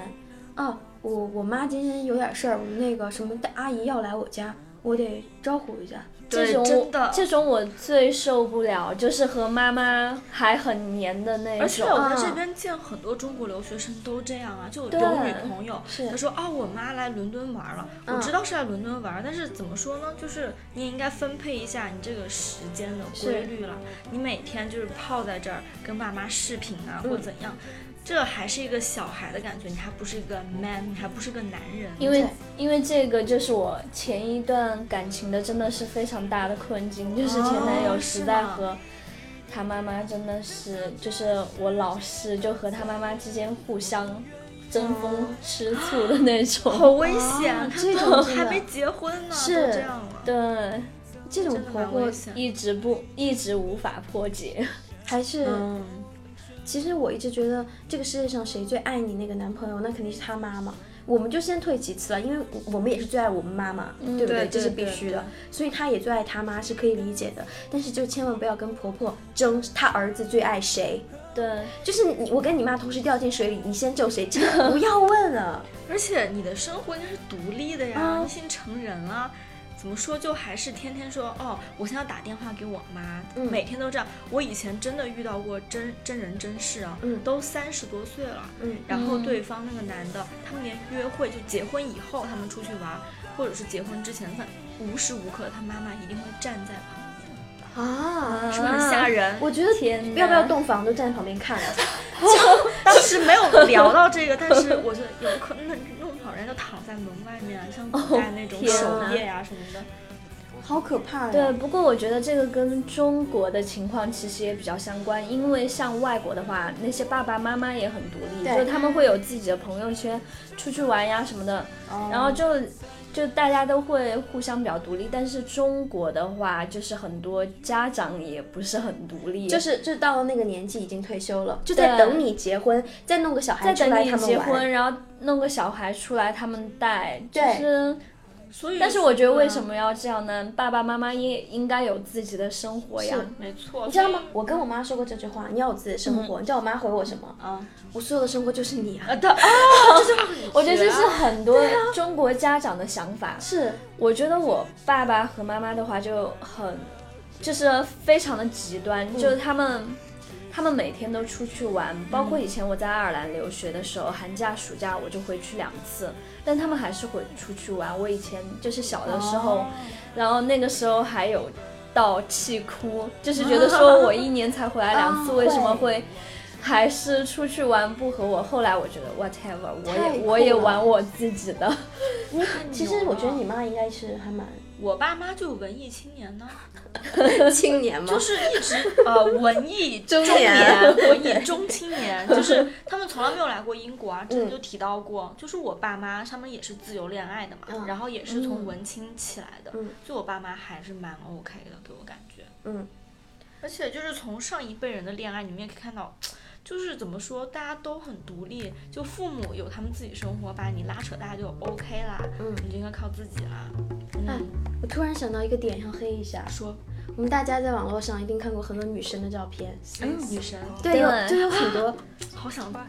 [SPEAKER 1] 啊，我我妈今天有点事儿，我们那个什么的阿姨要来我家，我得招呼一下。
[SPEAKER 2] 这
[SPEAKER 3] 对
[SPEAKER 2] 种
[SPEAKER 3] 真的
[SPEAKER 2] 我这种我最受不了，就是和妈妈还很黏的那种。
[SPEAKER 3] 而且我在
[SPEAKER 1] 嗯
[SPEAKER 3] 这边见很多中国留学生都这样啊，就有
[SPEAKER 2] 对
[SPEAKER 3] 女朋友
[SPEAKER 1] 是，嗯
[SPEAKER 3] 她说啊，我妈来伦敦玩了，我知道是来伦敦玩，但是怎么说呢，就是你也应该分配一下你这个时间的规律了。你每天就是泡在这儿跟爸妈视频啊，
[SPEAKER 1] 嗯
[SPEAKER 3] 或怎样，这还是一个小孩的感觉，你还不是一个 man，你还不是个男人。
[SPEAKER 2] 因为
[SPEAKER 1] 对
[SPEAKER 2] 因为这个就是我前一段感情的真的是非常大的困境，就是前男友实在
[SPEAKER 3] 哦是
[SPEAKER 2] 和他妈妈真的是，就是我老是就和他妈妈之间互相争
[SPEAKER 3] 哦
[SPEAKER 2] 风吃醋的那
[SPEAKER 3] 好
[SPEAKER 2] 种。
[SPEAKER 3] 危险，
[SPEAKER 1] 啊
[SPEAKER 3] 他
[SPEAKER 1] 这种
[SPEAKER 3] 都
[SPEAKER 1] 真
[SPEAKER 3] 还
[SPEAKER 1] 的
[SPEAKER 3] 没结婚呢，
[SPEAKER 1] 是
[SPEAKER 3] 都这样了，
[SPEAKER 2] 对，
[SPEAKER 1] 这种
[SPEAKER 3] 真的
[SPEAKER 1] 婆
[SPEAKER 3] 蛮
[SPEAKER 1] 婆
[SPEAKER 3] 危险。
[SPEAKER 2] 一直不一直无法破解。
[SPEAKER 1] 还是，
[SPEAKER 3] 嗯，
[SPEAKER 1] 其实我一直觉得这个世界上谁最爱你那个男朋友，那肯定是他妈妈。我们就先退其次了，因为我们也是最爱我们妈妈，对不
[SPEAKER 3] 对
[SPEAKER 1] 这是
[SPEAKER 3] 对
[SPEAKER 1] 必
[SPEAKER 3] 对
[SPEAKER 1] 须
[SPEAKER 3] 对
[SPEAKER 1] 的。所以她也最爱她妈是可以理解的，但是就千万不要跟婆婆争她儿子最爱谁。
[SPEAKER 2] 对，
[SPEAKER 1] 就是你，我跟你妈同时掉进水里，你先救谁？这个不要问啊了。
[SPEAKER 3] 而且你的生活应该是独立的呀，
[SPEAKER 1] 啊
[SPEAKER 3] 你已经成人了。怎么说？就还是天天说哦，我现在要打电话给我妈，
[SPEAKER 1] 嗯
[SPEAKER 3] 每天都这样。我以前真的遇到过真真人真事啊，
[SPEAKER 1] 嗯
[SPEAKER 3] 都三十多岁了，
[SPEAKER 1] 嗯
[SPEAKER 3] 然后对方那个男的，他们连约会就结婚以后他们出去玩，或者是结婚之前，反无时无刻他妈妈一定会站在旁边，
[SPEAKER 1] 啊，
[SPEAKER 3] 是不是很吓人？
[SPEAKER 1] 我觉得
[SPEAKER 2] 天哪
[SPEAKER 1] 要不要洞房都站在旁边看了。啊
[SPEAKER 3] 当时没有聊到这个，但是我觉得有可能弄不好人家就躺在门外面啊，像古代那种
[SPEAKER 2] 哦天
[SPEAKER 3] 守
[SPEAKER 2] 哪
[SPEAKER 3] 夜啊呀、什么的。
[SPEAKER 1] 好可哎怕呀！
[SPEAKER 2] 对，不过我觉得这个跟中国的情况其实也比较相关，因为像外国的话，那些爸爸妈妈也很独立，
[SPEAKER 1] 对
[SPEAKER 2] 就他们会有自己的朋友圈，出去玩呀什么的，
[SPEAKER 1] 哦
[SPEAKER 2] 然后就就大家都会互相比较独立。但是中国的话，就是很多家长也不是很独立，
[SPEAKER 1] 就是就是到了那个年纪已经退休了，就在
[SPEAKER 2] 对
[SPEAKER 1] 等你结婚，再弄个小
[SPEAKER 2] 在
[SPEAKER 1] 孩出
[SPEAKER 2] 等
[SPEAKER 1] 来
[SPEAKER 2] 你
[SPEAKER 1] 他们
[SPEAKER 2] 结
[SPEAKER 1] 玩。
[SPEAKER 2] 婚，然后弄个小孩出来他们带，就
[SPEAKER 1] 对嗯
[SPEAKER 2] 是。
[SPEAKER 3] 所以，
[SPEAKER 2] 但是我觉得为什
[SPEAKER 3] 么？
[SPEAKER 2] 么要这样呢？爸爸妈妈也应该有自己的生活呀。
[SPEAKER 1] 是
[SPEAKER 3] 啊没错，
[SPEAKER 1] 你知道吗？我跟我妈说过这句话，你要有自己的生活。你知道我妈回我什么？
[SPEAKER 3] 啊
[SPEAKER 1] 我所有的生活就是你 啊！
[SPEAKER 3] 啊，对啊，
[SPEAKER 2] 我觉得这是很多中国家长的想法。
[SPEAKER 1] 是，
[SPEAKER 2] 我觉得我爸爸和妈妈的话就很，就是非常的极端，
[SPEAKER 1] 嗯
[SPEAKER 2] 就是他们。他们每天都出去玩，包括以前我在爱尔兰留学的时候，寒假、暑假我就回去两次，但他们还是会出去玩。我以前就是小的时候，
[SPEAKER 1] 哦
[SPEAKER 2] 然后那个时候还 有到气哭，就是觉得说我一年才回来两次，
[SPEAKER 1] 哦
[SPEAKER 2] 为什么会还是出去玩不和我。后来我觉得 whatever，我
[SPEAKER 1] 太酷
[SPEAKER 2] 也
[SPEAKER 1] 了
[SPEAKER 2] 我也玩我自己的。
[SPEAKER 1] 你其实我觉得你妈应该是还蛮
[SPEAKER 3] 我爸妈就文艺青年呢，
[SPEAKER 1] 青年嘛，
[SPEAKER 3] 就是一 直呃文艺中
[SPEAKER 1] 年
[SPEAKER 3] 文艺中青年，就是他们从来没有来过英国啊。之
[SPEAKER 1] 嗯
[SPEAKER 3] 前就提到过，就是我爸妈他们也是自由恋爱的嘛，
[SPEAKER 1] 嗯
[SPEAKER 3] 然后也是从文青起来的，
[SPEAKER 1] 嗯
[SPEAKER 3] 所以我爸妈还是蛮 OK 的，给我感觉。
[SPEAKER 1] 嗯，
[SPEAKER 3] 而且就是从上一辈人的恋爱，你们也可以看到。就是怎么说，大家都很独立，就父母有他们自己生活，把你拉扯大就 OK 啦，
[SPEAKER 1] 嗯
[SPEAKER 3] 你就应该靠自己啦。
[SPEAKER 1] 哎
[SPEAKER 3] 嗯，
[SPEAKER 1] 我突然想到一个点要黑一下，
[SPEAKER 3] 说，
[SPEAKER 1] 我们大家在网络上一定看过很多女生的照片，
[SPEAKER 3] 哎，女神，
[SPEAKER 1] 嗯对，有
[SPEAKER 2] 对
[SPEAKER 1] 就有很 多
[SPEAKER 3] 好想吐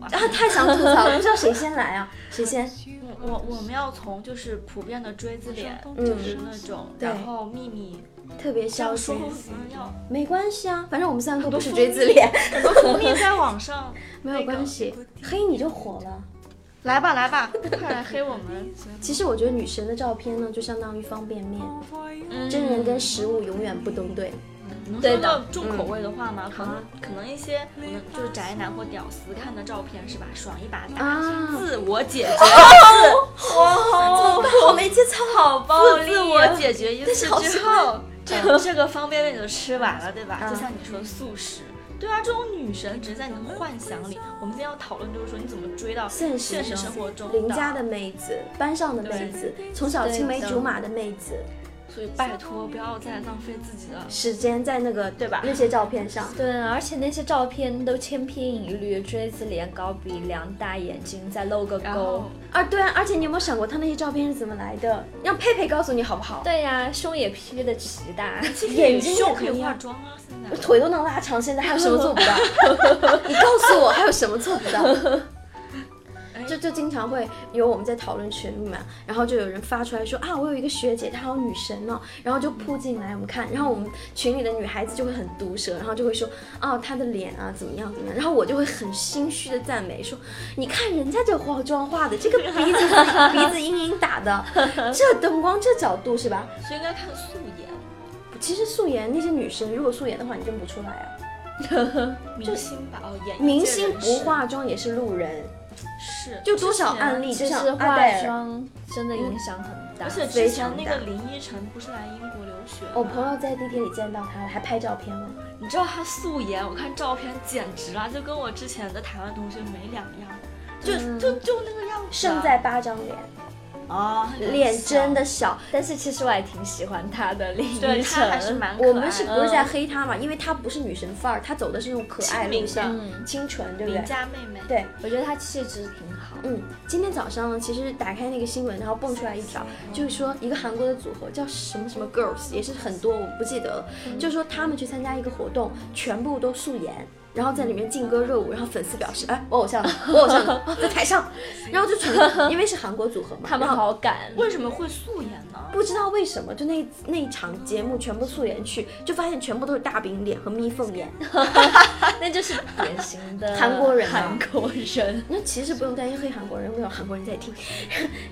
[SPEAKER 3] 啊！
[SPEAKER 1] 啊，太想吐槽了，不知道谁先来啊，谁先？
[SPEAKER 3] 我我我们要从就是普遍的锥子脸，
[SPEAKER 1] 嗯
[SPEAKER 3] 就是那种，
[SPEAKER 1] 对
[SPEAKER 3] 然后秘密，嗯
[SPEAKER 1] 特别
[SPEAKER 3] 这
[SPEAKER 1] 消
[SPEAKER 3] 样说
[SPEAKER 1] 心，
[SPEAKER 3] 会不会要
[SPEAKER 1] 没关系啊，反正我们三个不是锥子脸，
[SPEAKER 3] 很多福利在网上，
[SPEAKER 1] 没有关系，黑你就火了。
[SPEAKER 3] 来吧来吧，快来黑我们！
[SPEAKER 1] 其实我觉得女神的照片呢，就相当于方便面，
[SPEAKER 3] 嗯
[SPEAKER 1] 真人跟实物永远不登对。嗯
[SPEAKER 3] 能
[SPEAKER 2] 对
[SPEAKER 3] 说
[SPEAKER 2] 的
[SPEAKER 3] 到重口味的话吗？可能可能一些我们就是宅男或屌丝看的照片是吧？爽一把打，
[SPEAKER 1] 啊
[SPEAKER 3] 自我解决，
[SPEAKER 2] 哦，
[SPEAKER 1] 我没节操，
[SPEAKER 2] 好暴力
[SPEAKER 3] 自
[SPEAKER 2] 啊！
[SPEAKER 3] 我解决一次之后，哦这这个方便面就吃完了，对吧？
[SPEAKER 1] 嗯
[SPEAKER 3] 就像你说的素食。对啊，这种女神只是在你的幻想里。我们今天要讨论就是说，你怎么追到
[SPEAKER 1] 现实
[SPEAKER 3] 现实
[SPEAKER 1] 中
[SPEAKER 3] 生活中
[SPEAKER 1] 邻家的妹子，班上的妹子，从小青梅
[SPEAKER 2] 对的
[SPEAKER 1] 竹马的妹子，
[SPEAKER 3] 所以拜托不要再浪费自己的。
[SPEAKER 1] 时间在那个对
[SPEAKER 3] 吧
[SPEAKER 1] 那些照片上，
[SPEAKER 2] 对，而且那些照片都千篇一律，锥子脸、高鼻梁、大眼睛，再露个
[SPEAKER 3] 然后
[SPEAKER 2] 沟。
[SPEAKER 1] 啊，对啊，而且你有没有想过她那些照片是怎么来的？让佩佩告诉你好不好？
[SPEAKER 2] 对呀、胸也 P 的奇大，
[SPEAKER 1] 眼睛
[SPEAKER 3] 秀
[SPEAKER 1] 也
[SPEAKER 3] 可
[SPEAKER 1] 可
[SPEAKER 3] 以
[SPEAKER 1] 以
[SPEAKER 3] 化
[SPEAKER 1] 啊，
[SPEAKER 3] 妆啊，现在。
[SPEAKER 1] 腿都能拉长，现在还有什么做不到？ 你告诉我还有什么做不到？就就经常会有我们在讨论群里嘛，然后就有人发出来说啊，我有一个学姐，她好女神哦，然后就扑进来我们看，然后我们群里的女孩子就会很毒舌，然后就会说啊，她的脸啊怎么样怎么样，然后我就会很心虚的赞美说，你看人家这化妆化的，这个鼻子 鼻子阴影打的，这灯光这角度是吧？
[SPEAKER 3] 所以应该看素颜
[SPEAKER 1] 其实素颜那些女生，如果素颜的话，你认不出来啊。
[SPEAKER 3] 明星吧，哦，演艺界
[SPEAKER 1] 明星
[SPEAKER 3] 人
[SPEAKER 1] 不
[SPEAKER 3] 士
[SPEAKER 1] 化妆也是路人，
[SPEAKER 3] 是，
[SPEAKER 1] 就多少
[SPEAKER 3] 之前
[SPEAKER 1] 案例，就
[SPEAKER 2] 其
[SPEAKER 1] 像
[SPEAKER 2] 实
[SPEAKER 1] 阿
[SPEAKER 2] 化
[SPEAKER 1] 黛尔。
[SPEAKER 2] 妆真的影响很大。
[SPEAKER 3] 而且
[SPEAKER 1] 非
[SPEAKER 3] 之前
[SPEAKER 1] 常
[SPEAKER 3] 那
[SPEAKER 1] 大哦
[SPEAKER 3] 个林依晨不是来英国留学吗？
[SPEAKER 1] 我朋友在地铁里见到她，我还拍照片了。
[SPEAKER 3] 你知道她素颜，我看照片简直了，就跟我之前的台湾同学没两样，就、就就那个样子啊，
[SPEAKER 1] 嗯胜在八张脸，
[SPEAKER 3] 啊，
[SPEAKER 1] 脸真的小。
[SPEAKER 2] 但是其实我还挺喜欢她的林
[SPEAKER 3] 对
[SPEAKER 2] 依
[SPEAKER 3] 她还是
[SPEAKER 2] 晨，
[SPEAKER 3] 蛮可爱的
[SPEAKER 1] 我们是不是在黑她嘛？因为她不是女神范儿，她走的是那种可爱路线
[SPEAKER 3] 亲，
[SPEAKER 2] 民的
[SPEAKER 1] 清纯，对不
[SPEAKER 3] 邻
[SPEAKER 1] 对？
[SPEAKER 3] 家妹妹，
[SPEAKER 1] 对，
[SPEAKER 2] 我觉得她气质挺好。
[SPEAKER 1] 嗯，今天早上呢，其实打开那个新闻，然后蹦出来一条，就是说一个韩国的组合叫什么什么 Girls，也是很多我不记得了，
[SPEAKER 2] 嗯
[SPEAKER 1] 就是说他们去参加一个活动，全部都素颜，然后在里面劲歌
[SPEAKER 2] 嗯
[SPEAKER 1] 热舞，然后粉丝表示，哎，我偶像呢，我偶像呢， 啊在台上，然后就全部，因为是韩国组合嘛，
[SPEAKER 2] 他们
[SPEAKER 1] 然后
[SPEAKER 2] 好敢，
[SPEAKER 3] 为什么会素颜呢？
[SPEAKER 1] 不知道为什么，就那那一场节目全部素颜去，就发现全部都是大饼脸和眯缝眼。
[SPEAKER 2] 那就是典型的
[SPEAKER 1] 韩国人啊
[SPEAKER 2] 嗯韩国人，
[SPEAKER 1] 那其实不用担心黑韩国人，因为有韩国人在 听。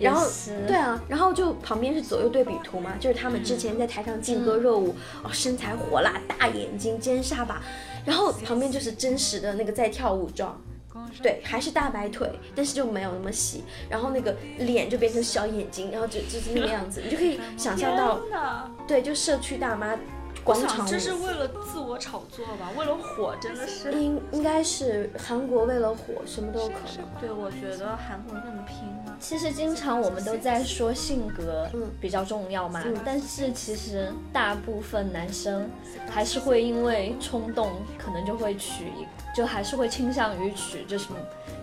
[SPEAKER 1] 然后
[SPEAKER 2] 也是
[SPEAKER 1] 对啊，然后就旁边是左右对比图嘛，就是他们之
[SPEAKER 3] 嗯
[SPEAKER 1] 前在台上劲歌热舞，哦，身材火辣，大眼睛，尖下巴，然后旁边就是真实的那个在跳舞装。对，还是大白腿，但是就没有那么细，然后那个脸就变成小眼睛，然后就就是那个样子，你就可以想象到，
[SPEAKER 3] 天哪！
[SPEAKER 1] 对，就社区大妈
[SPEAKER 3] 我
[SPEAKER 1] 广
[SPEAKER 3] 想
[SPEAKER 1] 场舞。
[SPEAKER 3] 这是为了自我炒作吧，为了火，真 的是。
[SPEAKER 1] 应应该是韩国为了火什么都有可能。
[SPEAKER 3] 对，我觉得韩国人那么拼啊，
[SPEAKER 2] 其实经常我们都在说性格
[SPEAKER 1] 嗯
[SPEAKER 2] 比较重要嘛，
[SPEAKER 1] 嗯
[SPEAKER 2] 但是其实大部分男生还是会因为冲动，可能就会娶一，就还是会倾向于娶这种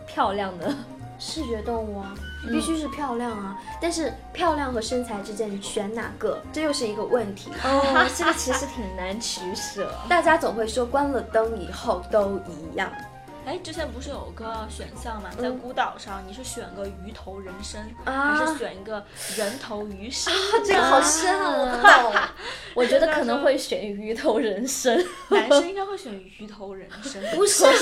[SPEAKER 2] 漂亮的。
[SPEAKER 1] 视觉动物啊，
[SPEAKER 2] 嗯
[SPEAKER 1] 必须是漂亮啊，但是漂亮和身材之间你选哪个，这又是一个问题。
[SPEAKER 2] 哦，这个其实挺难取 舍。
[SPEAKER 1] 大家总会说关了灯以后都一样，
[SPEAKER 3] 哎，之前不是有个选项嘛，在孤岛上，你是选个鱼头人参，
[SPEAKER 1] 嗯啊
[SPEAKER 3] 还是选一个人头鱼身？
[SPEAKER 1] 这个 好深啊，我
[SPEAKER 2] 嗯
[SPEAKER 1] 不懂。
[SPEAKER 2] 我觉得可能会选鱼头人参，
[SPEAKER 3] 男生应该会选鱼头人参，
[SPEAKER 1] 不是，还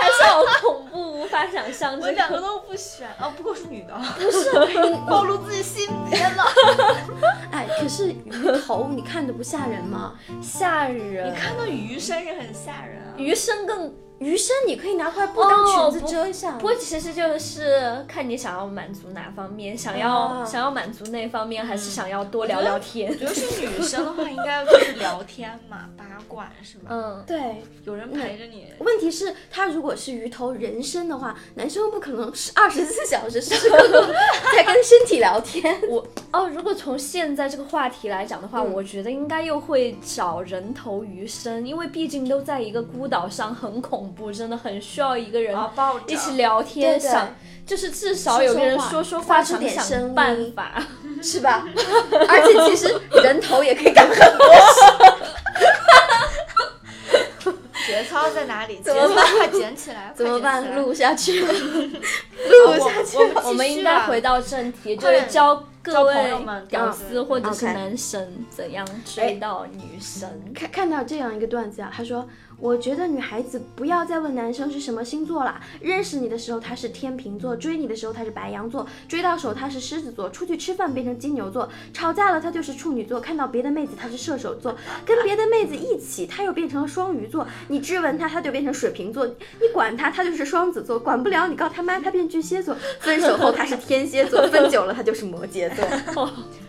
[SPEAKER 2] 还是好恐怖，无法想象
[SPEAKER 3] 我
[SPEAKER 2] 这
[SPEAKER 3] 两个
[SPEAKER 2] 个。
[SPEAKER 3] 都哦 不选啊，不过是女的，
[SPEAKER 1] 是你
[SPEAKER 3] 暴露自己性别了。
[SPEAKER 1] 哎，可是鱼头你看着不吓人吗？
[SPEAKER 2] 吓人。
[SPEAKER 3] 你看到鱼身是很吓人啊。
[SPEAKER 2] 鱼身更
[SPEAKER 1] 鱼身你可以拿块布当裙子遮一下。
[SPEAKER 2] 哦不过其实就是看你想要满足哪方面，想要、
[SPEAKER 1] 啊
[SPEAKER 2] 想要满足那方面，还是想要多聊聊天
[SPEAKER 3] 我。觉得是女生的话，应该就是聊天嘛，八卦是吧？
[SPEAKER 2] 嗯，
[SPEAKER 1] 对，
[SPEAKER 3] 有人陪着你，
[SPEAKER 1] 问题是他如果是鱼头人身的话，男生不可能是二十四小时时刻 在跟身体聊天。
[SPEAKER 2] 我哦，如果从现在这个话题来讲的话，我觉得应该又会找人头鱼身，因为毕竟都在一个孤岛上，很恐怖，真的很需要一个人
[SPEAKER 3] 然后哦抱着
[SPEAKER 2] 一起聊
[SPEAKER 1] 对
[SPEAKER 2] 天，
[SPEAKER 1] 对
[SPEAKER 2] 想就是至少有个人
[SPEAKER 1] 说说话发
[SPEAKER 2] 说说话，
[SPEAKER 1] 出
[SPEAKER 2] 想
[SPEAKER 1] 点声
[SPEAKER 2] 想
[SPEAKER 1] 音
[SPEAKER 2] 办法。
[SPEAKER 1] 是吧？而且其实人头也可以干很多
[SPEAKER 3] 节操在哪里？节操快捡起来！
[SPEAKER 1] 怎么
[SPEAKER 3] 快
[SPEAKER 1] 办？
[SPEAKER 3] 捡起 来
[SPEAKER 1] 录下去哦了，录下去了。
[SPEAKER 3] 啊
[SPEAKER 2] 我们应该回到正题，就
[SPEAKER 3] 快
[SPEAKER 2] 是
[SPEAKER 3] 点
[SPEAKER 2] 教各
[SPEAKER 3] 交
[SPEAKER 2] 位
[SPEAKER 3] 朋友们
[SPEAKER 2] 屌
[SPEAKER 3] 嗯
[SPEAKER 2] 丝或者是
[SPEAKER 1] OK
[SPEAKER 2] 男神怎样追到女神。
[SPEAKER 1] 看看到这样一个段子啊，他说：“我觉得女孩子不要再问男生是什么星座啦，认识你的时候他是天秤座，追你的时候他是白羊座，追到手他是狮子座，出去吃饭变成金牛座，吵架了他就是处女座，看到别的妹子他是射手座，跟别的妹子一起他又变成了双鱼座，你质问他他就变成水瓶座，你管他他就是双子座，管不了你告他妈他变巨蟹座，分手后他是天蝎 座，分久了他就是摩羯座。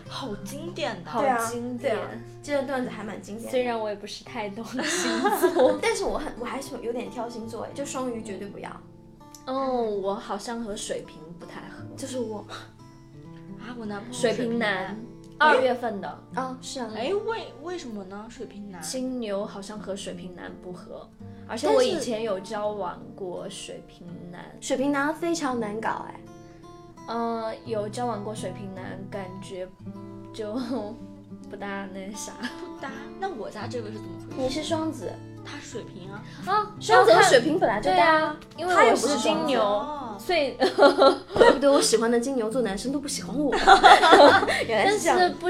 [SPEAKER 3] 好经典的，
[SPEAKER 2] 好
[SPEAKER 1] 对啊
[SPEAKER 2] 经
[SPEAKER 1] 对
[SPEAKER 2] 典
[SPEAKER 1] 啊，这段段子还蛮经典的，
[SPEAKER 2] 虽然我也不是太懂星座
[SPEAKER 1] 但是我很我还是有点挑星座哎，就双鱼绝对不要，
[SPEAKER 2] 嗯，我好像和水瓶不太合。
[SPEAKER 1] 就是我
[SPEAKER 3] 啊！我男朋友
[SPEAKER 2] 水瓶男，二月份的
[SPEAKER 1] 啊，是啊，
[SPEAKER 3] 哎，为为什么呢？水瓶男，
[SPEAKER 2] 金牛好像和水瓶男不合，而且
[SPEAKER 1] 但
[SPEAKER 2] 我
[SPEAKER 1] 是
[SPEAKER 2] 以前有交往过水瓶男，
[SPEAKER 1] 水瓶男非常难搞哎，
[SPEAKER 2] 嗯、有交往过水瓶男，感觉就不大那啥
[SPEAKER 3] 不搭。那我家这个是怎么回事？
[SPEAKER 1] 你是双子，
[SPEAKER 3] 他水瓶啊，
[SPEAKER 2] 啊。
[SPEAKER 1] 双子和
[SPEAKER 2] 看
[SPEAKER 1] 水瓶本来就
[SPEAKER 2] 对
[SPEAKER 1] 搭，
[SPEAKER 2] 啊，因为
[SPEAKER 1] 他也
[SPEAKER 2] 我
[SPEAKER 1] 不是
[SPEAKER 2] 金
[SPEAKER 1] 双子
[SPEAKER 2] 牛，
[SPEAKER 3] 哦，
[SPEAKER 2] 所以
[SPEAKER 1] 怪不得我喜欢的金牛座男生都不喜欢我， 原来
[SPEAKER 2] 但
[SPEAKER 1] 是这样
[SPEAKER 2] 是不，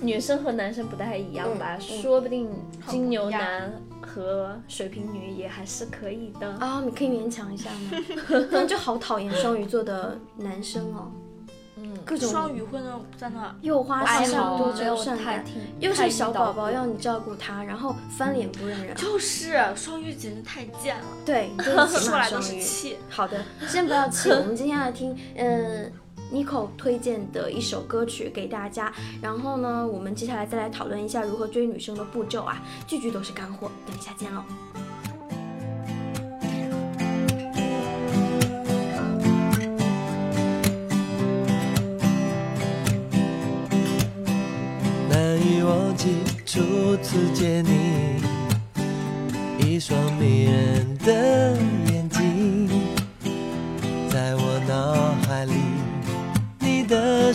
[SPEAKER 2] 女生和男生不太一样吧？
[SPEAKER 1] 嗯嗯
[SPEAKER 2] 说不定金牛
[SPEAKER 3] 好不一
[SPEAKER 2] 男和水瓶女也还是可以的。
[SPEAKER 1] 啊，你可以勉强一下吗？但就好讨厌双鱼座的男生哦，
[SPEAKER 2] 嗯，
[SPEAKER 1] 各种
[SPEAKER 3] 双鱼会那在那
[SPEAKER 1] 又花
[SPEAKER 2] 爱
[SPEAKER 1] 心
[SPEAKER 2] 好
[SPEAKER 1] 善
[SPEAKER 2] 啊
[SPEAKER 1] 多
[SPEAKER 2] 没有
[SPEAKER 1] 愁善
[SPEAKER 2] 太
[SPEAKER 1] 感，
[SPEAKER 2] 听，
[SPEAKER 1] 又
[SPEAKER 2] 太
[SPEAKER 1] 是
[SPEAKER 2] 遇
[SPEAKER 1] 小
[SPEAKER 2] 到
[SPEAKER 1] 宝宝
[SPEAKER 2] 过
[SPEAKER 1] 要你照顾他，然后翻脸不认人，
[SPEAKER 3] 就是双鱼简直太贱了，
[SPEAKER 1] 对，你就是
[SPEAKER 3] 说
[SPEAKER 1] 起
[SPEAKER 3] 出
[SPEAKER 1] 码
[SPEAKER 3] 来都
[SPEAKER 1] 嗯双
[SPEAKER 3] 是
[SPEAKER 1] 鱼。
[SPEAKER 3] 气。
[SPEAKER 1] 好的，先不要气，我们今天来听，嗯、n i c o 推荐的一首歌曲给大家。然后呢，我们接下来再来讨论一下如何追女生的步骤啊，句句都是干货。等一下见喽。
[SPEAKER 5] 难以忘记初次见你，一双迷人的眼睛，在我脑海里，你的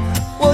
[SPEAKER 5] 我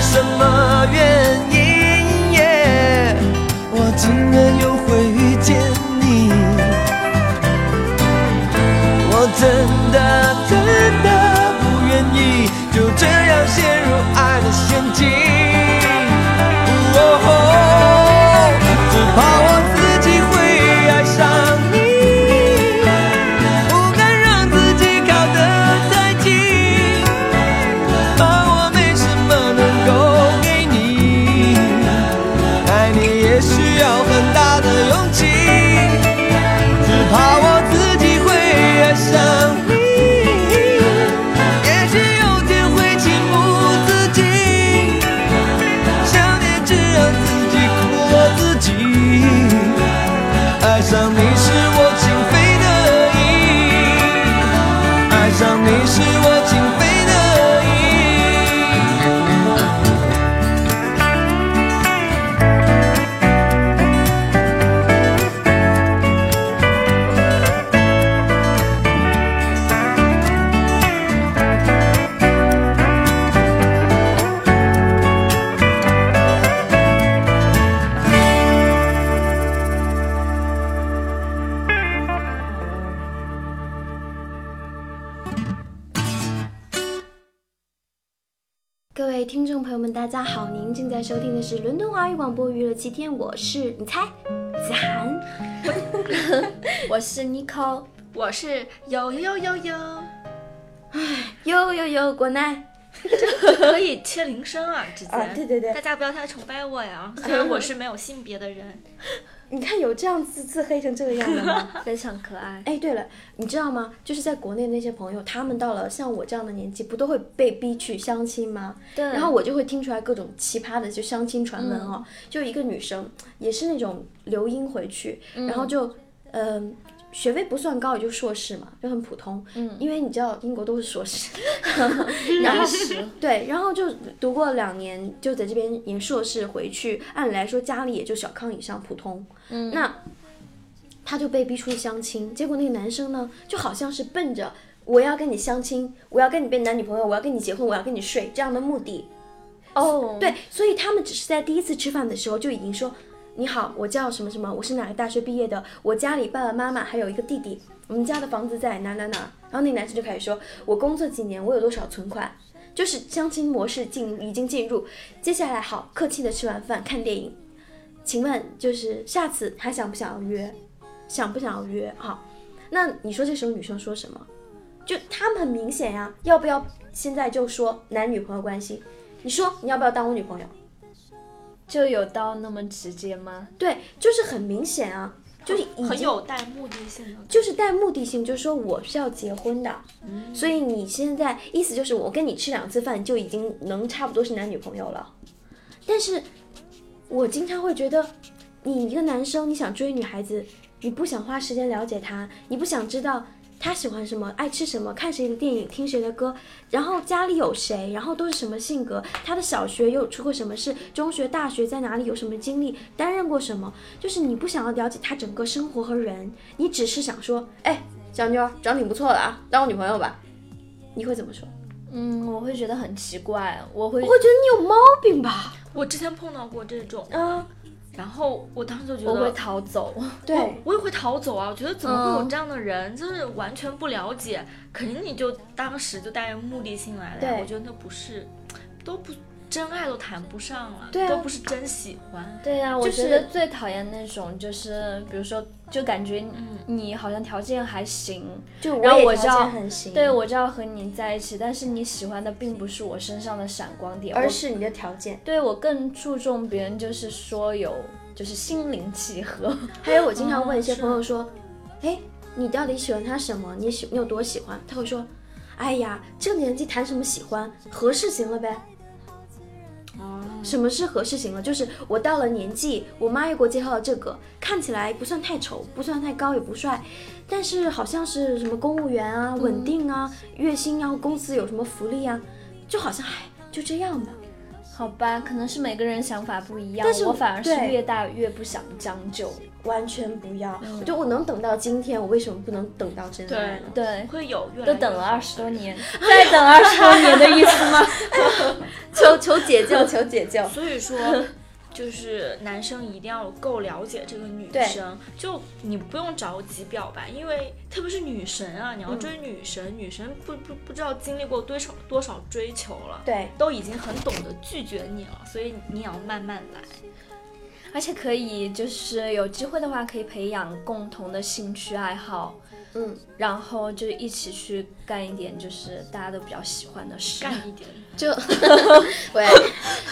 [SPEAKER 5] 什么原因耶？我竟然又会遇见你，我真的真的不愿意就这样陷入爱的陷阱。哦只怕我自己会爱上你，不敢让自己靠得太近。而我没什么能够给你，爱你也需要很大的勇气，只怕我自己会爱上你，也许有天会情不自禁，想念只让自己苦了自己，爱上你是我情非得已。爱上你是我情非得已。
[SPEAKER 1] 各位听众朋友们，大家好，您正在收听的是伦敦华语广播娱乐七天，我是你猜子涵。
[SPEAKER 2] 我是 Nico，
[SPEAKER 3] 我是有有有有，
[SPEAKER 1] 哟哟哟，果奈，
[SPEAKER 3] 可以切铃声啊，直接、
[SPEAKER 2] 啊对对对
[SPEAKER 3] 大家不要太崇拜我呀，
[SPEAKER 1] 嗯
[SPEAKER 3] 虽然我是没有性别的人，
[SPEAKER 1] 你看有这样自自黑成这个样的吗？
[SPEAKER 2] 非常可爱。
[SPEAKER 1] 哎，对了，你知道吗？就是在国内那些朋友，他们到了像我这样的年纪，不都会被逼去相亲吗？
[SPEAKER 2] 对
[SPEAKER 1] 然后我就会听出来各种奇葩的就相亲传闻哦，就一个女生也是那种留英回去，然后就嗯、学位不算高，也就硕士嘛，就很普通。嗯，因为你知道英国都是硕 士，然后对，然后就读过两年，就在这边研硕士回去，按理来说家里也就小康以上，普通。嗯，那他就被逼出去相亲，结果那个男生呢，就好像是奔着我要跟你相亲，我要跟你变男女朋友，我要跟你结婚，我要跟你睡这样的目的。
[SPEAKER 2] 哦，
[SPEAKER 1] 对，所以他们只是在第一次吃饭的时候就已经说：“你好，我叫什么什么，我是哪个大学毕业的，我家里爸爸妈妈还有一个弟弟，我们家的房子在哪哪哪。”然后那男生就开始说：“我工作几年，我有多少存款。”就是相亲模式进已经进入，接下来好客气的吃完饭看电影，请问就是下次还想不想要约？想不想要约？好，那你说这时候女生说什么？就他们很明显呀、要不要现在就说男女朋友关系？你说你要不要当我女朋友？
[SPEAKER 2] 就有到那么直接吗？
[SPEAKER 1] 对，就是很明显啊，就是已
[SPEAKER 3] 很
[SPEAKER 1] 经
[SPEAKER 3] 有带目的性的。
[SPEAKER 1] 就是带目的性，就是说我是要结婚的，所以你现在意思就是我跟你吃两次饭就已经能差不多是男女朋友了。但是，我经常会觉得，你一个男生你想追女孩子，你不想花时间了解她，你不想知道她喜欢什么、爱吃什么、看谁的电影、听谁的歌，然后家里有谁，然后都是什么性格，她的小学又出过什么事，中学、大学在哪里有什么经历，担任过什么，就是你不想要了解她整个生活和人，你只是想说，哎，小妞儿长挺不错的啊，当我女朋友吧。你会怎么说？
[SPEAKER 2] 嗯，我会觉得很奇怪，我会
[SPEAKER 1] 我会觉得你有毛病吧？
[SPEAKER 3] 我之前碰到过这种，
[SPEAKER 1] 啊，
[SPEAKER 3] 然后我当时就觉
[SPEAKER 2] 我会
[SPEAKER 3] 得。
[SPEAKER 2] 逃走。
[SPEAKER 1] 对，
[SPEAKER 3] 我也会逃走啊！我觉得怎么会有
[SPEAKER 2] 嗯
[SPEAKER 3] 这样的人，就是完全不了解，肯定你就当时就带着目的性来的呀。
[SPEAKER 1] 对
[SPEAKER 3] 我觉得那不是，都不真爱都谈不上了，
[SPEAKER 1] 对啊
[SPEAKER 3] 都不是真喜欢。
[SPEAKER 2] 对呀、我
[SPEAKER 1] 就是
[SPEAKER 2] 觉得最讨厌那种，就是比如说，就感觉你好像条件还行，
[SPEAKER 1] 就
[SPEAKER 2] 然后
[SPEAKER 1] 也
[SPEAKER 2] 我
[SPEAKER 1] 条
[SPEAKER 2] 就要
[SPEAKER 1] 件很行，
[SPEAKER 2] 对我就要和你在一起，但是你喜欢的并不是我身上的闪光点，
[SPEAKER 1] 而
[SPEAKER 2] 我
[SPEAKER 1] 是你的条件。
[SPEAKER 2] 对我更注重别人就是说有就是心灵契合。
[SPEAKER 1] 还有我经常问一些
[SPEAKER 3] 是
[SPEAKER 1] 朋友说，哎、你到底喜欢他什么？你喜你有多喜欢？他会说，哎呀，这个年纪谈什么喜欢，合适行了呗。什么是合适型了？就是我到了年纪，我妈又给我介绍了这个，看起来不算太丑，不算太高，也不帅，但是好像是什么公务员啊，稳定啊，月薪啊，公司有什么福利啊，就好像唉，就这样吧。
[SPEAKER 2] 好吧，可能是每个人想法不一样，
[SPEAKER 1] 但是
[SPEAKER 2] 我反而是
[SPEAKER 1] 对
[SPEAKER 2] 越大越不想将就。
[SPEAKER 1] 完全不要，我觉得我能等到今天，我为什么不能等到真爱呢？
[SPEAKER 2] 对，
[SPEAKER 3] 会有越来
[SPEAKER 2] 都
[SPEAKER 3] 越
[SPEAKER 2] 等了二十多年，再等二十多年的意思吗？
[SPEAKER 1] 求求解救，求解救！
[SPEAKER 3] 所以 说，就是男生一定要够了解这个女
[SPEAKER 1] 对
[SPEAKER 3] 生，就你不用着急表白，因为特别是女神啊，你要
[SPEAKER 2] 嗯
[SPEAKER 3] 追女神，女神不不不知道经历过多少多少追求了，
[SPEAKER 1] 对，
[SPEAKER 3] 都已经很懂得拒绝你了，所以你也要慢慢来。
[SPEAKER 2] 而且可以，就是有机会的话，可以培养共同的兴趣爱好，
[SPEAKER 1] 嗯，
[SPEAKER 2] 然后就一起去干一点就是大家都比较喜欢的事。
[SPEAKER 3] 干一点，
[SPEAKER 1] 就喂，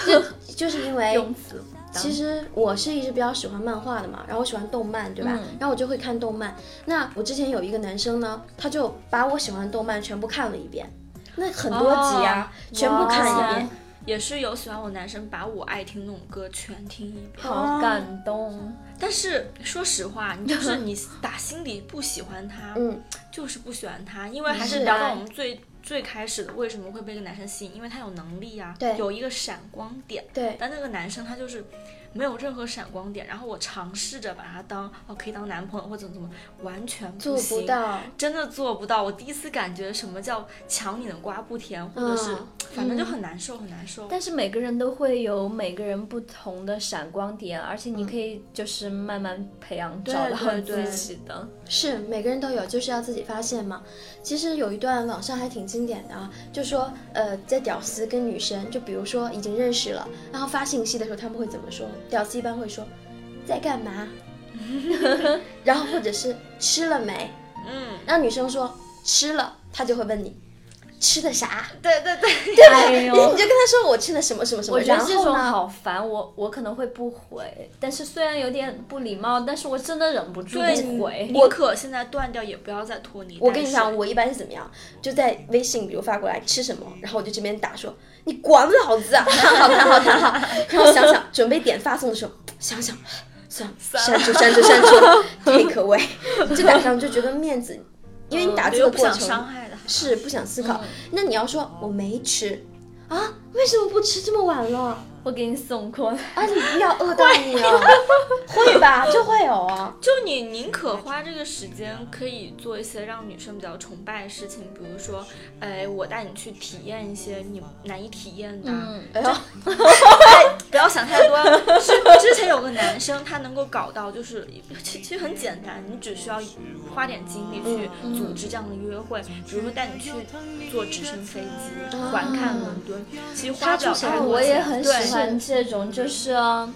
[SPEAKER 1] 就就是因为
[SPEAKER 2] 用词，
[SPEAKER 1] 其实我是一直比较喜欢漫画的嘛，然后我喜欢动漫，对吧？
[SPEAKER 2] 嗯
[SPEAKER 1] 然后我就会看动漫。那我之前有一个男生呢，他就把我喜欢的动漫全部看了一遍，那很多集
[SPEAKER 2] 哦
[SPEAKER 1] 啊，全部看一遍。
[SPEAKER 3] 也是有喜欢我男生把我爱听那种歌全听一遍。
[SPEAKER 2] 好感动。
[SPEAKER 3] 但是说实话，你就是你打心底不喜欢他，
[SPEAKER 1] 嗯，
[SPEAKER 3] 就是不喜欢他，因为还是
[SPEAKER 1] 是
[SPEAKER 3] 聊
[SPEAKER 1] 啊
[SPEAKER 3] 到我们最最开始的，为什么会被一个男生吸引？因为他有能力啊，
[SPEAKER 1] 对
[SPEAKER 3] 有一个闪光点。
[SPEAKER 1] 对，
[SPEAKER 3] 但那个男生他就是没有任何闪光点，然后我尝试着把他当哦可以当男朋友或怎么怎么，完全
[SPEAKER 1] 做
[SPEAKER 3] 行
[SPEAKER 1] 不到。
[SPEAKER 3] 真的做不到。我第一次感觉什么叫抢你的瓜不甜，或者是、
[SPEAKER 1] 嗯
[SPEAKER 3] 反正就很难受，很难受。
[SPEAKER 2] 但是每个人都会有每个人不同的闪光点，而且你可以就是慢慢培养
[SPEAKER 3] 嗯对
[SPEAKER 2] 找到
[SPEAKER 3] 对对
[SPEAKER 2] 自己的。
[SPEAKER 1] 是每个人都有，就是要自己发现嘛。其实有一段网上还挺经典的啊，就说呃，在屌丝跟女生，就比如说已经认识了，然后发信息的时候，他们会怎么说？屌丝一般会说在干嘛， 然后或者是吃了没，
[SPEAKER 3] 嗯，
[SPEAKER 1] 让女生说吃了，他就会问你吃的啥，
[SPEAKER 3] 对对对，
[SPEAKER 2] 哎
[SPEAKER 1] 你
[SPEAKER 2] 呦
[SPEAKER 1] 就，跟他说我吃了什么什么什么，
[SPEAKER 2] 我觉
[SPEAKER 1] 然
[SPEAKER 2] 得这
[SPEAKER 1] 后
[SPEAKER 2] 种
[SPEAKER 1] 呢？
[SPEAKER 2] 好烦，我我可能会不回，但是虽然有点不礼貌，但是我真的忍不住
[SPEAKER 3] 对
[SPEAKER 2] 不回。
[SPEAKER 3] 宁可现在断掉，也不要再拖泥带水。
[SPEAKER 1] 我跟你讲，我一般是怎么样，就在微信比如发过来吃什么，然后我就这边打说你管老子啊， 弹好弹好弹好，然后想想准备点发送的时候，想想算了，删除删除删除，take away，就打上就觉得面子，因为你打
[SPEAKER 3] 我
[SPEAKER 1] 字
[SPEAKER 3] 嗯又
[SPEAKER 1] 的
[SPEAKER 3] 不
[SPEAKER 1] 过
[SPEAKER 3] 想伤
[SPEAKER 1] 程
[SPEAKER 3] 害他。
[SPEAKER 1] 是不想思考，那你要说我没吃啊，为什么不吃这么晚了？
[SPEAKER 2] 我给你送过来。
[SPEAKER 1] 啊，你不要饿到你哦，会吧，就会有啊。
[SPEAKER 3] 就你宁可花这个时间，可以做一些让女生比较崇拜的事情，比如说，哎，我带你去体验一些你难以体验的啊。
[SPEAKER 1] 哎呦，
[SPEAKER 3] 不要想太多。之之前有个男生，他能够搞到，就是其其实很简单，你只需要花点精力去组织这样的约会，比如说带你去坐直升飞机环看伦敦，其实花不了太
[SPEAKER 1] 他出现
[SPEAKER 3] 多钱。
[SPEAKER 2] 啊我也很喜
[SPEAKER 3] 对
[SPEAKER 2] 欢这种，就是、嗯、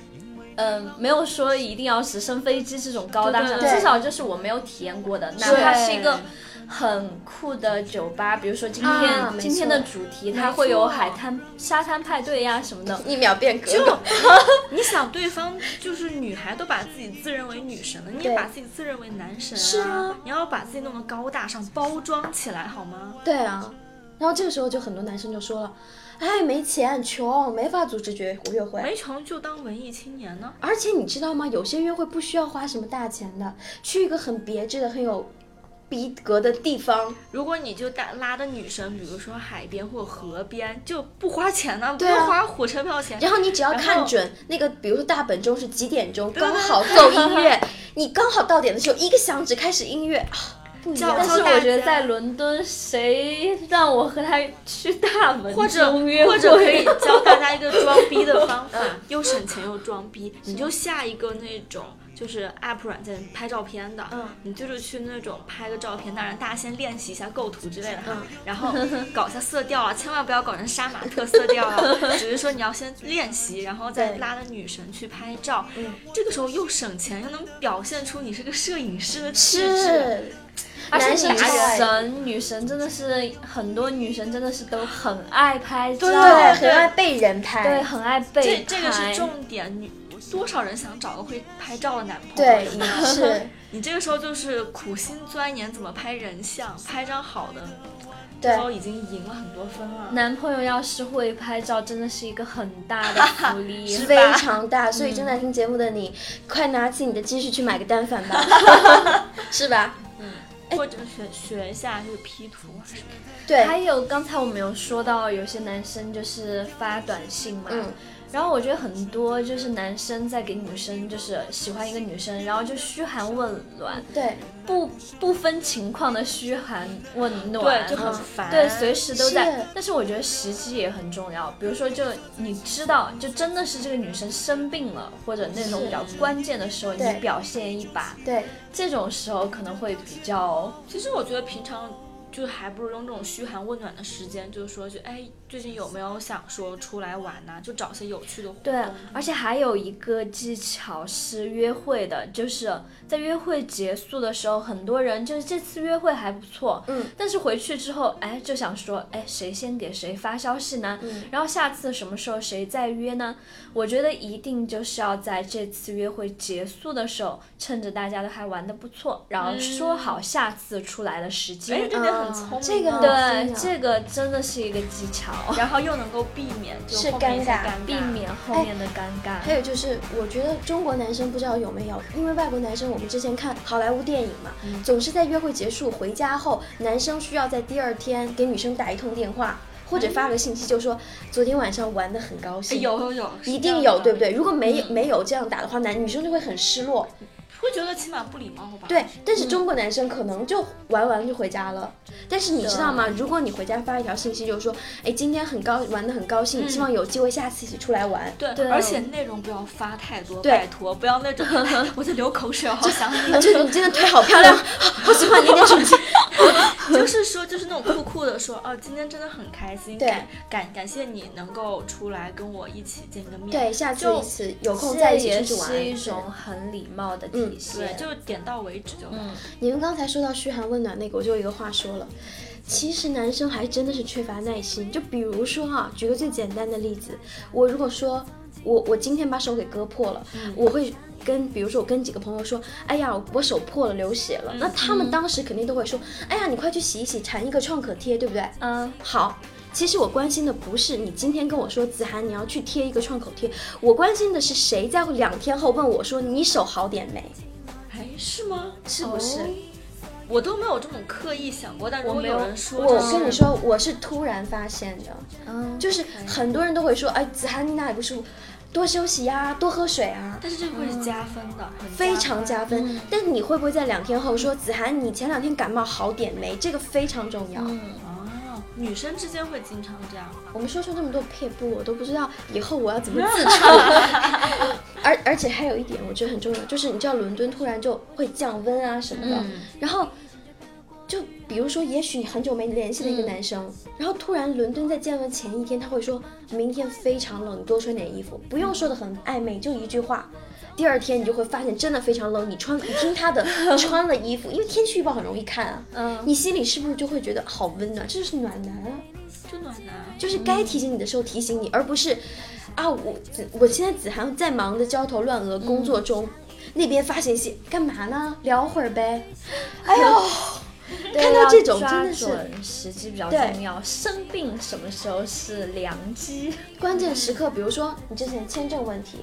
[SPEAKER 2] 没有说一定要直升飞机这种高大上，
[SPEAKER 3] 对对对
[SPEAKER 2] 至少就是我没有体验过的，哪怕是一个很酷的酒吧，比如说今天、
[SPEAKER 1] 啊没错
[SPEAKER 2] 今天的主题，它会有海滩、沙滩派对呀、什么的。
[SPEAKER 1] 一秒变格格。
[SPEAKER 3] 你想，对方就是女孩都把自己自认为女神了，你也
[SPEAKER 1] 对
[SPEAKER 3] 把自己自认为男神啊！
[SPEAKER 1] 是啊
[SPEAKER 3] 你要把自己弄得高大上，包装起来好吗？
[SPEAKER 1] 对啊，然后这个时候就很多男生就说了，哎，没钱，穷，没法组织约约会。
[SPEAKER 3] 没成就当文艺青年呢？
[SPEAKER 1] 而且你知道吗？有些约会不需要花什么大钱的，去一个很别致的、很有逼格的地方，
[SPEAKER 3] 如果你就带拉着女生，比如说海边或河边，就不花钱呢、不
[SPEAKER 1] 对啊
[SPEAKER 3] 用花火车票钱。
[SPEAKER 1] 然后你只要
[SPEAKER 3] 然后
[SPEAKER 1] 看准那个，比如说大本钟是几点钟，刚好奏音乐，你刚好到点的时候，一个响指开始音乐，啊、不一
[SPEAKER 3] 叫
[SPEAKER 1] 样。
[SPEAKER 2] 但是
[SPEAKER 3] 教大
[SPEAKER 2] 我觉得
[SPEAKER 3] 家
[SPEAKER 2] 在伦敦，谁让我和他去大门
[SPEAKER 3] 或者
[SPEAKER 2] 中约会
[SPEAKER 3] 或者可以教大家一个装逼的方法，嗯又省钱又装逼，你就下一个那种。就是 app 软件拍照片的，
[SPEAKER 1] 嗯
[SPEAKER 3] 你就是去那种拍个照片，当然大家先练习一下构图之类的哈，然后搞一下色调啊，千万不要搞成杀马特色调啊，只是说你要先练习，然后再
[SPEAKER 1] 对
[SPEAKER 3] 拉着女神去拍照，这个时候又省钱，又能表现出你是个摄影师的气质，
[SPEAKER 1] 是，
[SPEAKER 2] 而且
[SPEAKER 1] 男生
[SPEAKER 2] 女
[SPEAKER 1] 爱
[SPEAKER 2] 神女神真的是很多女神真的是都很爱拍照，
[SPEAKER 1] 对，很爱被人拍。
[SPEAKER 2] 对，很爱被
[SPEAKER 3] 这这个
[SPEAKER 2] 拍
[SPEAKER 3] 是重点，女多少人想找个会拍照的男朋友？
[SPEAKER 1] 对，是
[SPEAKER 3] 你这个时候就是苦心钻研怎么拍人像，拍张好的，
[SPEAKER 1] 对
[SPEAKER 3] 都已经赢了很多分了。
[SPEAKER 2] 男朋友要是会拍照，真的是一个很大 的福利。
[SPEAKER 1] 非常大，
[SPEAKER 3] 嗯
[SPEAKER 1] 所以正在听节目的你，快拿起你的积蓄去买个单反吧， 是吧？
[SPEAKER 3] 或者学学一下就是 P 图啊什么的。
[SPEAKER 1] 对，
[SPEAKER 2] 还有刚才我们有说到，有些男生就是发短信嘛，
[SPEAKER 1] 嗯
[SPEAKER 2] 然后我觉得很多就是男生在给女生就是喜欢一个女生，然后就嘘寒问暖，
[SPEAKER 1] 对，
[SPEAKER 2] 不不分情况的嘘寒问暖，
[SPEAKER 3] 对，就很
[SPEAKER 2] 嗯
[SPEAKER 3] 烦。
[SPEAKER 2] 对，随时都在
[SPEAKER 1] 是。
[SPEAKER 2] 但是我觉得时机也很重要，比如说，就你知道，就真的是这个女生生病了，或者那种比较关键的时候，
[SPEAKER 1] 对
[SPEAKER 2] 你表现一把，
[SPEAKER 1] 对，
[SPEAKER 2] 这种时候可能会比较
[SPEAKER 3] 其实我觉得平常就还不如用这种嘘寒问暖的时间，就是说，就哎，最近有没有想说出来玩呐、就找些有趣的活
[SPEAKER 2] 对
[SPEAKER 1] 嗯
[SPEAKER 3] 动。，
[SPEAKER 2] 而且还有一个技巧是约会的，就是在约会结束的时候，很多人就是这次约会还不错，
[SPEAKER 1] 嗯，
[SPEAKER 2] 但是回去之后，哎，就想说，哎，谁先给谁发消息呢？
[SPEAKER 1] 嗯
[SPEAKER 2] 然后下次什么时候谁再约呢？我觉得一定就是要在这次约会结束的时候，趁着大家都还玩的不错，然后说好下次出来的时
[SPEAKER 3] 哎，
[SPEAKER 2] 间。
[SPEAKER 3] 这点很聪明啊、
[SPEAKER 1] 嗯这哎个很重
[SPEAKER 2] 对，
[SPEAKER 1] 要
[SPEAKER 2] 这个真的是一个技巧，
[SPEAKER 3] 然后又能够避免就是后面一些
[SPEAKER 1] 尴尬
[SPEAKER 3] 尬，
[SPEAKER 2] 避免后面的尴尬。
[SPEAKER 1] 还有就是，我觉得中国男生不知道有没有，因为外国男生我们之前看好莱坞电影嘛，
[SPEAKER 3] 嗯
[SPEAKER 1] 总是在约会结束回家后，男生需要在第二天给女生打一通电话，或者发个信息，就说昨天晚上玩的很高
[SPEAKER 3] 哎
[SPEAKER 1] 兴。
[SPEAKER 3] 有有有，是
[SPEAKER 1] 一
[SPEAKER 3] 这
[SPEAKER 1] 定
[SPEAKER 3] 样的
[SPEAKER 1] 有，对不对？？如果没没有这样打的话，男女生就会很失落。
[SPEAKER 3] 会觉得起码不礼貌吧？
[SPEAKER 1] 对，但
[SPEAKER 2] 嗯
[SPEAKER 1] 是中国男生可能就玩完就回家了。但是你知道
[SPEAKER 2] 啊
[SPEAKER 1] 吗？如果你回家发一条信息，就是说，哎，今天很高玩的很高兴，希望有机会下次一起出来玩。
[SPEAKER 3] 对，
[SPEAKER 2] 嗯对
[SPEAKER 3] 而且内容不要发太多，
[SPEAKER 1] 对
[SPEAKER 3] 拜托，不要那 种哎我在流口水，我好想你。
[SPEAKER 1] 啊就是你真的腿好漂亮，好喜欢你的 手机。
[SPEAKER 3] 就是说，就是那种酷酷的说，哦，今天真的很开心，
[SPEAKER 1] 对
[SPEAKER 3] 感感感谢你能够出来跟我一起见个面，
[SPEAKER 1] 对，下次
[SPEAKER 3] 就
[SPEAKER 1] 一起有空
[SPEAKER 2] 这
[SPEAKER 1] 再一起
[SPEAKER 2] 也
[SPEAKER 1] 出去玩。
[SPEAKER 2] 是一种很礼貌的体嗯
[SPEAKER 3] 对，
[SPEAKER 2] 现。
[SPEAKER 3] 就点到为止就
[SPEAKER 1] 嗯
[SPEAKER 3] 好。
[SPEAKER 1] 你们刚才说到嘘寒问暖那个，我就有一个话说了。其实男生还真的是缺乏耐心。就比如说哈、举个最简单的例子，我如果说我我今天把手给割破了，
[SPEAKER 3] 嗯
[SPEAKER 1] 我会跟比如说我跟几个朋友说，哎呀，我手破了，流血
[SPEAKER 3] 嗯
[SPEAKER 1] 了。那他们当时肯定都会说，哎呀，你快去洗一洗，缠一个创可贴，对不对？
[SPEAKER 2] 嗯，
[SPEAKER 1] 好，其实我关心的不是你今天跟我说子涵你要去贴一个创口贴，我关心的是谁在两天后问我说你手好点没？
[SPEAKER 3] 哎，是吗？哦
[SPEAKER 1] 是不是？
[SPEAKER 3] 我都没有这种刻意想过，但如果
[SPEAKER 2] 我没有
[SPEAKER 3] 有人说，哦
[SPEAKER 1] 我
[SPEAKER 3] 就是
[SPEAKER 1] 跟你，说，我是突然发现的，
[SPEAKER 2] 嗯
[SPEAKER 1] 就是很多人都会说，哎，子涵你哪里不舒服？多休息呀、多喝水啊。
[SPEAKER 3] 但是这个会是加分的，很加
[SPEAKER 1] 嗯非常加分，但你会不会在两天后说子涵，你前两天感冒好点没？这个非常重要。
[SPEAKER 3] 啊。女生之间会经常这样，
[SPEAKER 1] 我们说出这么多撇步，我都不知道以后我要怎么自处。而而且还有一点，我觉得很重要，就是你知道伦敦突然就会降温啊什么的，然后就比如说，也许你很久没联系的一个男生，然后突然伦敦在降温前一天，他会说明天非常冷，你多穿点衣服，不用说的很暧昧，就一句话。第二天你就会发现真的非常冷，你穿你听他的穿了衣服，因为天气预报很容易看啊，
[SPEAKER 2] 嗯
[SPEAKER 1] 你心里是不是就会觉得好温暖？这就是暖男啊。
[SPEAKER 3] 就暖男。
[SPEAKER 1] 就是该提醒你的时候提醒你，而不是啊，我子我现在子涵在忙的焦头烂额工作中，那边发信息干嘛呢？聊会儿呗。啊哎 呦，看到这种真的
[SPEAKER 2] 抓
[SPEAKER 1] 是
[SPEAKER 2] 准时机比较
[SPEAKER 1] 对
[SPEAKER 2] 重要。生病什么时候是良机？
[SPEAKER 1] 关键时刻，比如说你之前签证问题。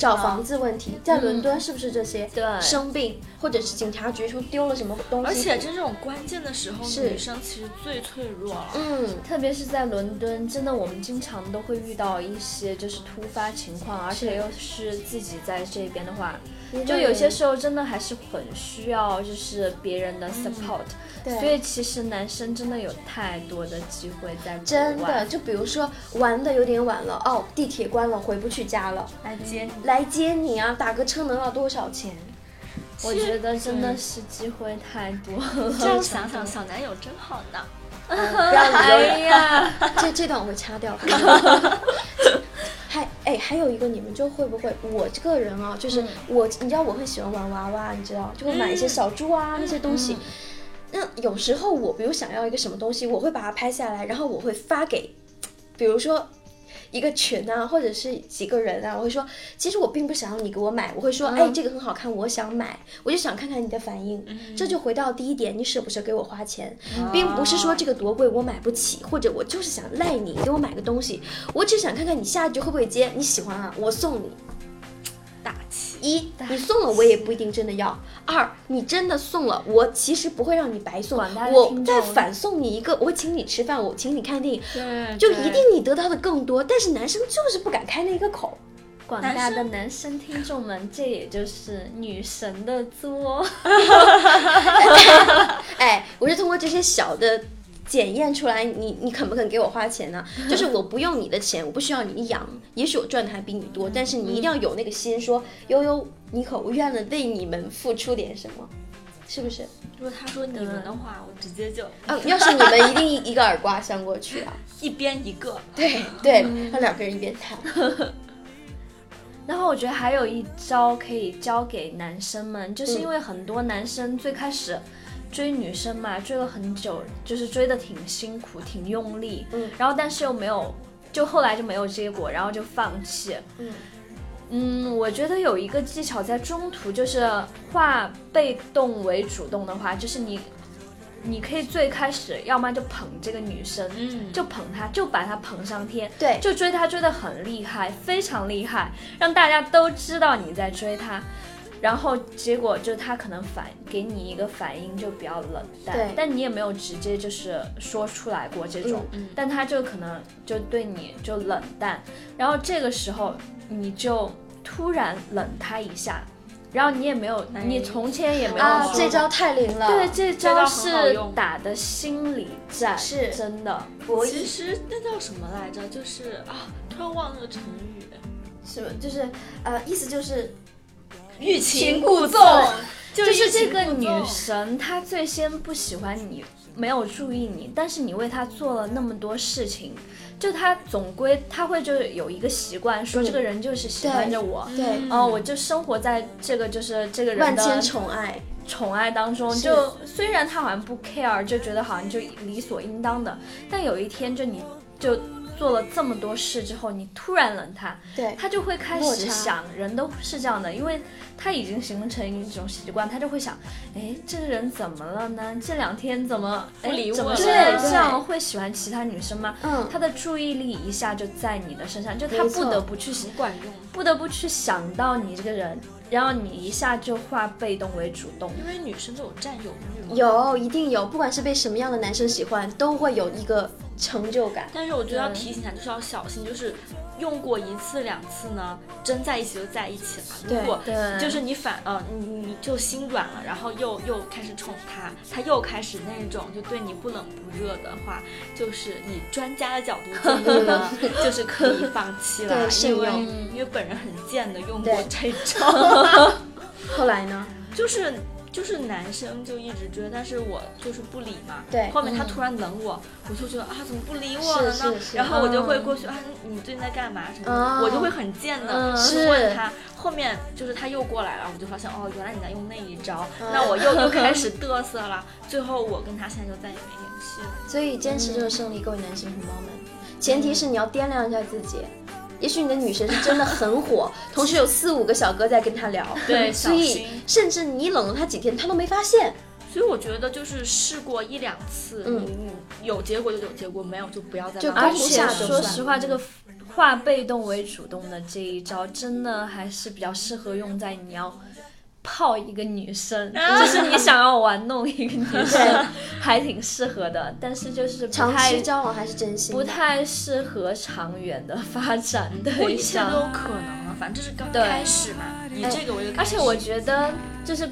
[SPEAKER 1] 找房子问题，在伦敦是不是这些？
[SPEAKER 2] 对
[SPEAKER 1] 生病或者是警察局说丢了什么东西，
[SPEAKER 3] 而且在这种关键的时候，
[SPEAKER 1] 是
[SPEAKER 3] 女生其实最脆弱了。
[SPEAKER 1] 嗯，
[SPEAKER 2] 特别是在伦敦，真的我们经常都会遇到一些就是突发情况，而且又是自己在这边的话，
[SPEAKER 1] 嗯
[SPEAKER 2] 就有些时候真的还是很需要就是别人的 support、
[SPEAKER 1] 对
[SPEAKER 2] 所以其实男生真的有太多的机会在国
[SPEAKER 1] 真
[SPEAKER 2] 外
[SPEAKER 1] 的，就比如说玩的有点晚了，哦，地铁关了，回不去家了，
[SPEAKER 3] 来接你，
[SPEAKER 1] 来接你啊，打个车能要多少钱？
[SPEAKER 2] 我觉得真的是机会太多了。
[SPEAKER 3] 这样想想，小男友真好呢。
[SPEAKER 1] 不要理由
[SPEAKER 2] 哎呀，
[SPEAKER 1] 这这段我会掐掉。 还哎，还有一个，你们就会不会？我这个人啊，就是我，你知道我很喜欢玩娃娃，你知道，就会买一些小猪啊、那些东西。那有时候我比如想要一个什么东西，我会把它拍下来，然后我会发给，比如说一个群啊，或者是几个人啊，我会说，其实我并不想要你给我买，我会
[SPEAKER 2] 嗯
[SPEAKER 1] 说，哎，这个很好看，我想买，我就想看看你的反应。
[SPEAKER 2] 嗯
[SPEAKER 1] 这就回到第一点，你舍不舍给我花钱，并不是说这个多贵我买不起，或者我就是想赖你给我买个东西，我只想看看你下一句会不会接，你喜欢啊，我送你。
[SPEAKER 3] 大气，
[SPEAKER 1] 一，你送了我也不一定真的要；二，你真的送了，我其实不会让你白送，
[SPEAKER 2] 广大的
[SPEAKER 1] 我
[SPEAKER 2] 听
[SPEAKER 1] 再
[SPEAKER 2] 众
[SPEAKER 1] 反送你一个，我请你吃饭，我请你看电影，
[SPEAKER 3] 对
[SPEAKER 1] 就一定你得到的更多。但是男生就是不敢开那个口，
[SPEAKER 2] 广大的男生听众们，这也就是女神的作。
[SPEAKER 1] 哎，我是通过这些小的。检验出来你你肯不肯给我花钱呢、 就是我不用你的钱，我不需要你养。也许我赚的还比你多，但是你一定要有那个心说，悠悠，你可我愿了为你们付出点什么，是不是？
[SPEAKER 3] 如果他说你们
[SPEAKER 1] 嗯
[SPEAKER 3] 的话，我直接就
[SPEAKER 1] 啊，要是你们一定一个耳刮扇过 去啊！
[SPEAKER 3] 一边一个。
[SPEAKER 1] 对对，让两个人一边谈。
[SPEAKER 2] 然后我觉得还有一招可以教给男生们，就是因为很多男生最开始追女生嘛，追了很久，就是追的挺辛苦、挺用力，
[SPEAKER 1] 嗯
[SPEAKER 2] 然后但是又没有，就后来就没有结果，然后就放弃。
[SPEAKER 1] 嗯
[SPEAKER 2] 嗯，我觉得有一个技巧在中途，就是化被动为主动的话，就是你，你可以最开始要么就捧这个女生，
[SPEAKER 3] 嗯
[SPEAKER 2] 就捧她，就把她捧上天，
[SPEAKER 1] 对
[SPEAKER 2] 就追她追得很厉害，非常厉害，让大家都知道你在追她。然后结果就是她可能反给你一个反应就比较冷淡
[SPEAKER 1] 对，
[SPEAKER 2] 但你也没有直接就是说出来过这种，
[SPEAKER 3] 嗯嗯
[SPEAKER 2] 但她就可能就对你就冷淡，然后这个时候你就突然冷她一下，然后你也没有，你从前也没有
[SPEAKER 1] 啊
[SPEAKER 2] 说，
[SPEAKER 1] 这招太灵了。
[SPEAKER 2] 对，这
[SPEAKER 3] 哎招
[SPEAKER 2] 招
[SPEAKER 3] 很
[SPEAKER 2] 是
[SPEAKER 3] 好用
[SPEAKER 2] 打的心理战，
[SPEAKER 1] 是
[SPEAKER 2] 真的。
[SPEAKER 1] 博
[SPEAKER 3] 其
[SPEAKER 1] 弈
[SPEAKER 3] 实那叫什么来着？就是啊，突然忘了那个成语，
[SPEAKER 1] 是吗？就是呃，意思就是
[SPEAKER 3] 欲擒
[SPEAKER 1] 故
[SPEAKER 3] 纵，就
[SPEAKER 2] 就是
[SPEAKER 3] 欲
[SPEAKER 2] 这
[SPEAKER 3] 擒
[SPEAKER 2] 个
[SPEAKER 3] 故
[SPEAKER 2] 女
[SPEAKER 3] 纵
[SPEAKER 2] 神，她最先不喜欢你，没有注意你，但是你为她做了那么多事情，就她总归她会就是有一个习惯，说
[SPEAKER 1] 嗯
[SPEAKER 2] 这个人就是喜欢着我。
[SPEAKER 1] 对
[SPEAKER 2] 哦，我就生活在这个就是这个人
[SPEAKER 1] 嗯万
[SPEAKER 2] 的
[SPEAKER 1] 千宠爱。
[SPEAKER 2] 宠爱当中，就虽然他好像不 care，就觉得好像就理所应当的，但有一天就你就做了这么多事之后，你突然冷他，
[SPEAKER 1] 对
[SPEAKER 2] 他就会开
[SPEAKER 1] 落
[SPEAKER 2] 始
[SPEAKER 1] 差
[SPEAKER 2] 想，人都是这样的，因为他已经形成一种习惯，他就会想，哎，这个人怎么了呢？这两天怎么
[SPEAKER 3] 不理
[SPEAKER 2] 诶
[SPEAKER 3] 我
[SPEAKER 2] 怎么
[SPEAKER 3] 了
[SPEAKER 2] 这
[SPEAKER 1] 对
[SPEAKER 2] 这样会喜欢其他女生吗？
[SPEAKER 1] 嗯
[SPEAKER 2] 他的注意力一下就在你的身上，就他
[SPEAKER 1] 没
[SPEAKER 2] 不
[SPEAKER 1] 错
[SPEAKER 2] 得不去想。
[SPEAKER 3] 管用。
[SPEAKER 2] 不得不去想到你这个人，然后你一下就化被动为主动。
[SPEAKER 3] 因为女生都有占有欲嘛。
[SPEAKER 1] 有一定有，不管是被什么样的男生喜欢，都会有一个成就感。
[SPEAKER 3] 但是我觉得要
[SPEAKER 2] 对
[SPEAKER 3] 提醒一下，就是要小心，就是用过一次两次呢，真在一起就在一起了。如
[SPEAKER 1] 对
[SPEAKER 3] 果
[SPEAKER 2] 对
[SPEAKER 3] 就是你反呃你你就心软了，然后又又开始宠他，他又开始那种就对你不冷不热的话，就是以专家的角度建议 呢，就是可以放弃了
[SPEAKER 1] 对，慎
[SPEAKER 3] 因为
[SPEAKER 1] 用
[SPEAKER 3] 因为本人很贱的用过
[SPEAKER 1] 对
[SPEAKER 3] 这招，
[SPEAKER 1] 后来呢？
[SPEAKER 3] 就是。就是男生就一直追，但是我就是不理嘛。
[SPEAKER 1] 对
[SPEAKER 3] 后面他
[SPEAKER 2] 嗯
[SPEAKER 3] 突然冷我，我就觉得啊，怎么不理我了呢？
[SPEAKER 1] 是是是嗯
[SPEAKER 3] 然后我就会过去啊，你最近在干嘛什么的，
[SPEAKER 1] 哦
[SPEAKER 3] 我就会很贱的、
[SPEAKER 2] 嗯
[SPEAKER 3] 去
[SPEAKER 1] 是
[SPEAKER 3] 问他。后面就是他又过来了，我就发现哦，原来你在用那一招，
[SPEAKER 1] 嗯
[SPEAKER 3] 那我又又 开始嘚瑟了。最后我跟他现在就再也没联系了。
[SPEAKER 1] 所以坚持就是胜利，各位男性同胞们，前提是你要掂量一下自己。也许你的女神是真的很 火，同时有四五个小哥在跟她聊，
[SPEAKER 3] 对
[SPEAKER 1] 所
[SPEAKER 3] 小
[SPEAKER 1] 以
[SPEAKER 3] 心
[SPEAKER 1] 甚至你冷了她几天，她都没发 现。
[SPEAKER 3] 所以我觉得就是试过一两次，
[SPEAKER 1] 嗯
[SPEAKER 3] 你你有结果就有结果，没有就不要再
[SPEAKER 1] 就
[SPEAKER 3] 浪
[SPEAKER 1] 而
[SPEAKER 2] 而
[SPEAKER 1] 且
[SPEAKER 3] 费
[SPEAKER 2] 且
[SPEAKER 1] 下就
[SPEAKER 2] 说
[SPEAKER 1] 算
[SPEAKER 2] 实话，这个化被动为主动的这一招，真的还是比较适合用在你要泡一个女生，就是你想要玩弄一个女
[SPEAKER 1] 啊对
[SPEAKER 2] 生，还挺适合的。但是就是不
[SPEAKER 1] 长期
[SPEAKER 2] 太
[SPEAKER 1] 交往还是真心的
[SPEAKER 2] 不太适合长远的发展
[SPEAKER 1] 嗯
[SPEAKER 3] 不过一
[SPEAKER 2] 对
[SPEAKER 3] 切都有
[SPEAKER 2] 象。
[SPEAKER 3] 可能了，反正这是刚
[SPEAKER 2] 对哎
[SPEAKER 3] 开始嘛，以这个为一个开
[SPEAKER 2] 而
[SPEAKER 3] 始。
[SPEAKER 2] 且我觉得就是。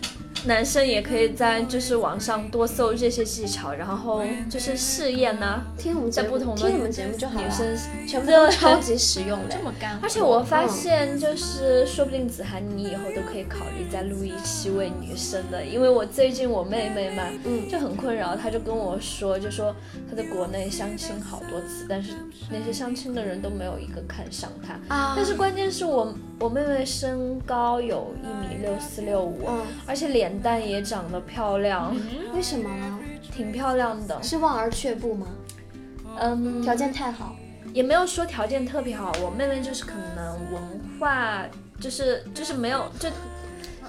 [SPEAKER 2] 男生也可以在就是网上多搜这些技巧，然后就是试验呢、
[SPEAKER 1] 听我们节
[SPEAKER 2] 在
[SPEAKER 1] 目，
[SPEAKER 2] 不同的
[SPEAKER 1] 听我们节目就好
[SPEAKER 2] 女
[SPEAKER 1] 了，
[SPEAKER 2] 生
[SPEAKER 1] 全部都超级实用的
[SPEAKER 3] 这。么干货，
[SPEAKER 2] 而且我发现，就是说不定子涵，你以后都可以考虑再录一期为女生的，因为我最近我妹妹嘛，
[SPEAKER 1] 嗯
[SPEAKER 2] 就很困扰，她就跟我说，就说她在国内相亲好多次，但是那些相亲的人都没有一个看上她。
[SPEAKER 1] 啊
[SPEAKER 2] 但是关键是我我妹妹身高有一米六四六五，
[SPEAKER 1] 嗯
[SPEAKER 2] 而且脸蛋也长得漂亮，
[SPEAKER 1] 为什么呢？
[SPEAKER 2] 挺漂亮的。
[SPEAKER 1] 是望而却步吗？
[SPEAKER 2] 嗯，
[SPEAKER 1] 条件太好，
[SPEAKER 2] 也没有说条件特别好，我妹妹就是可能文化就是就是没有就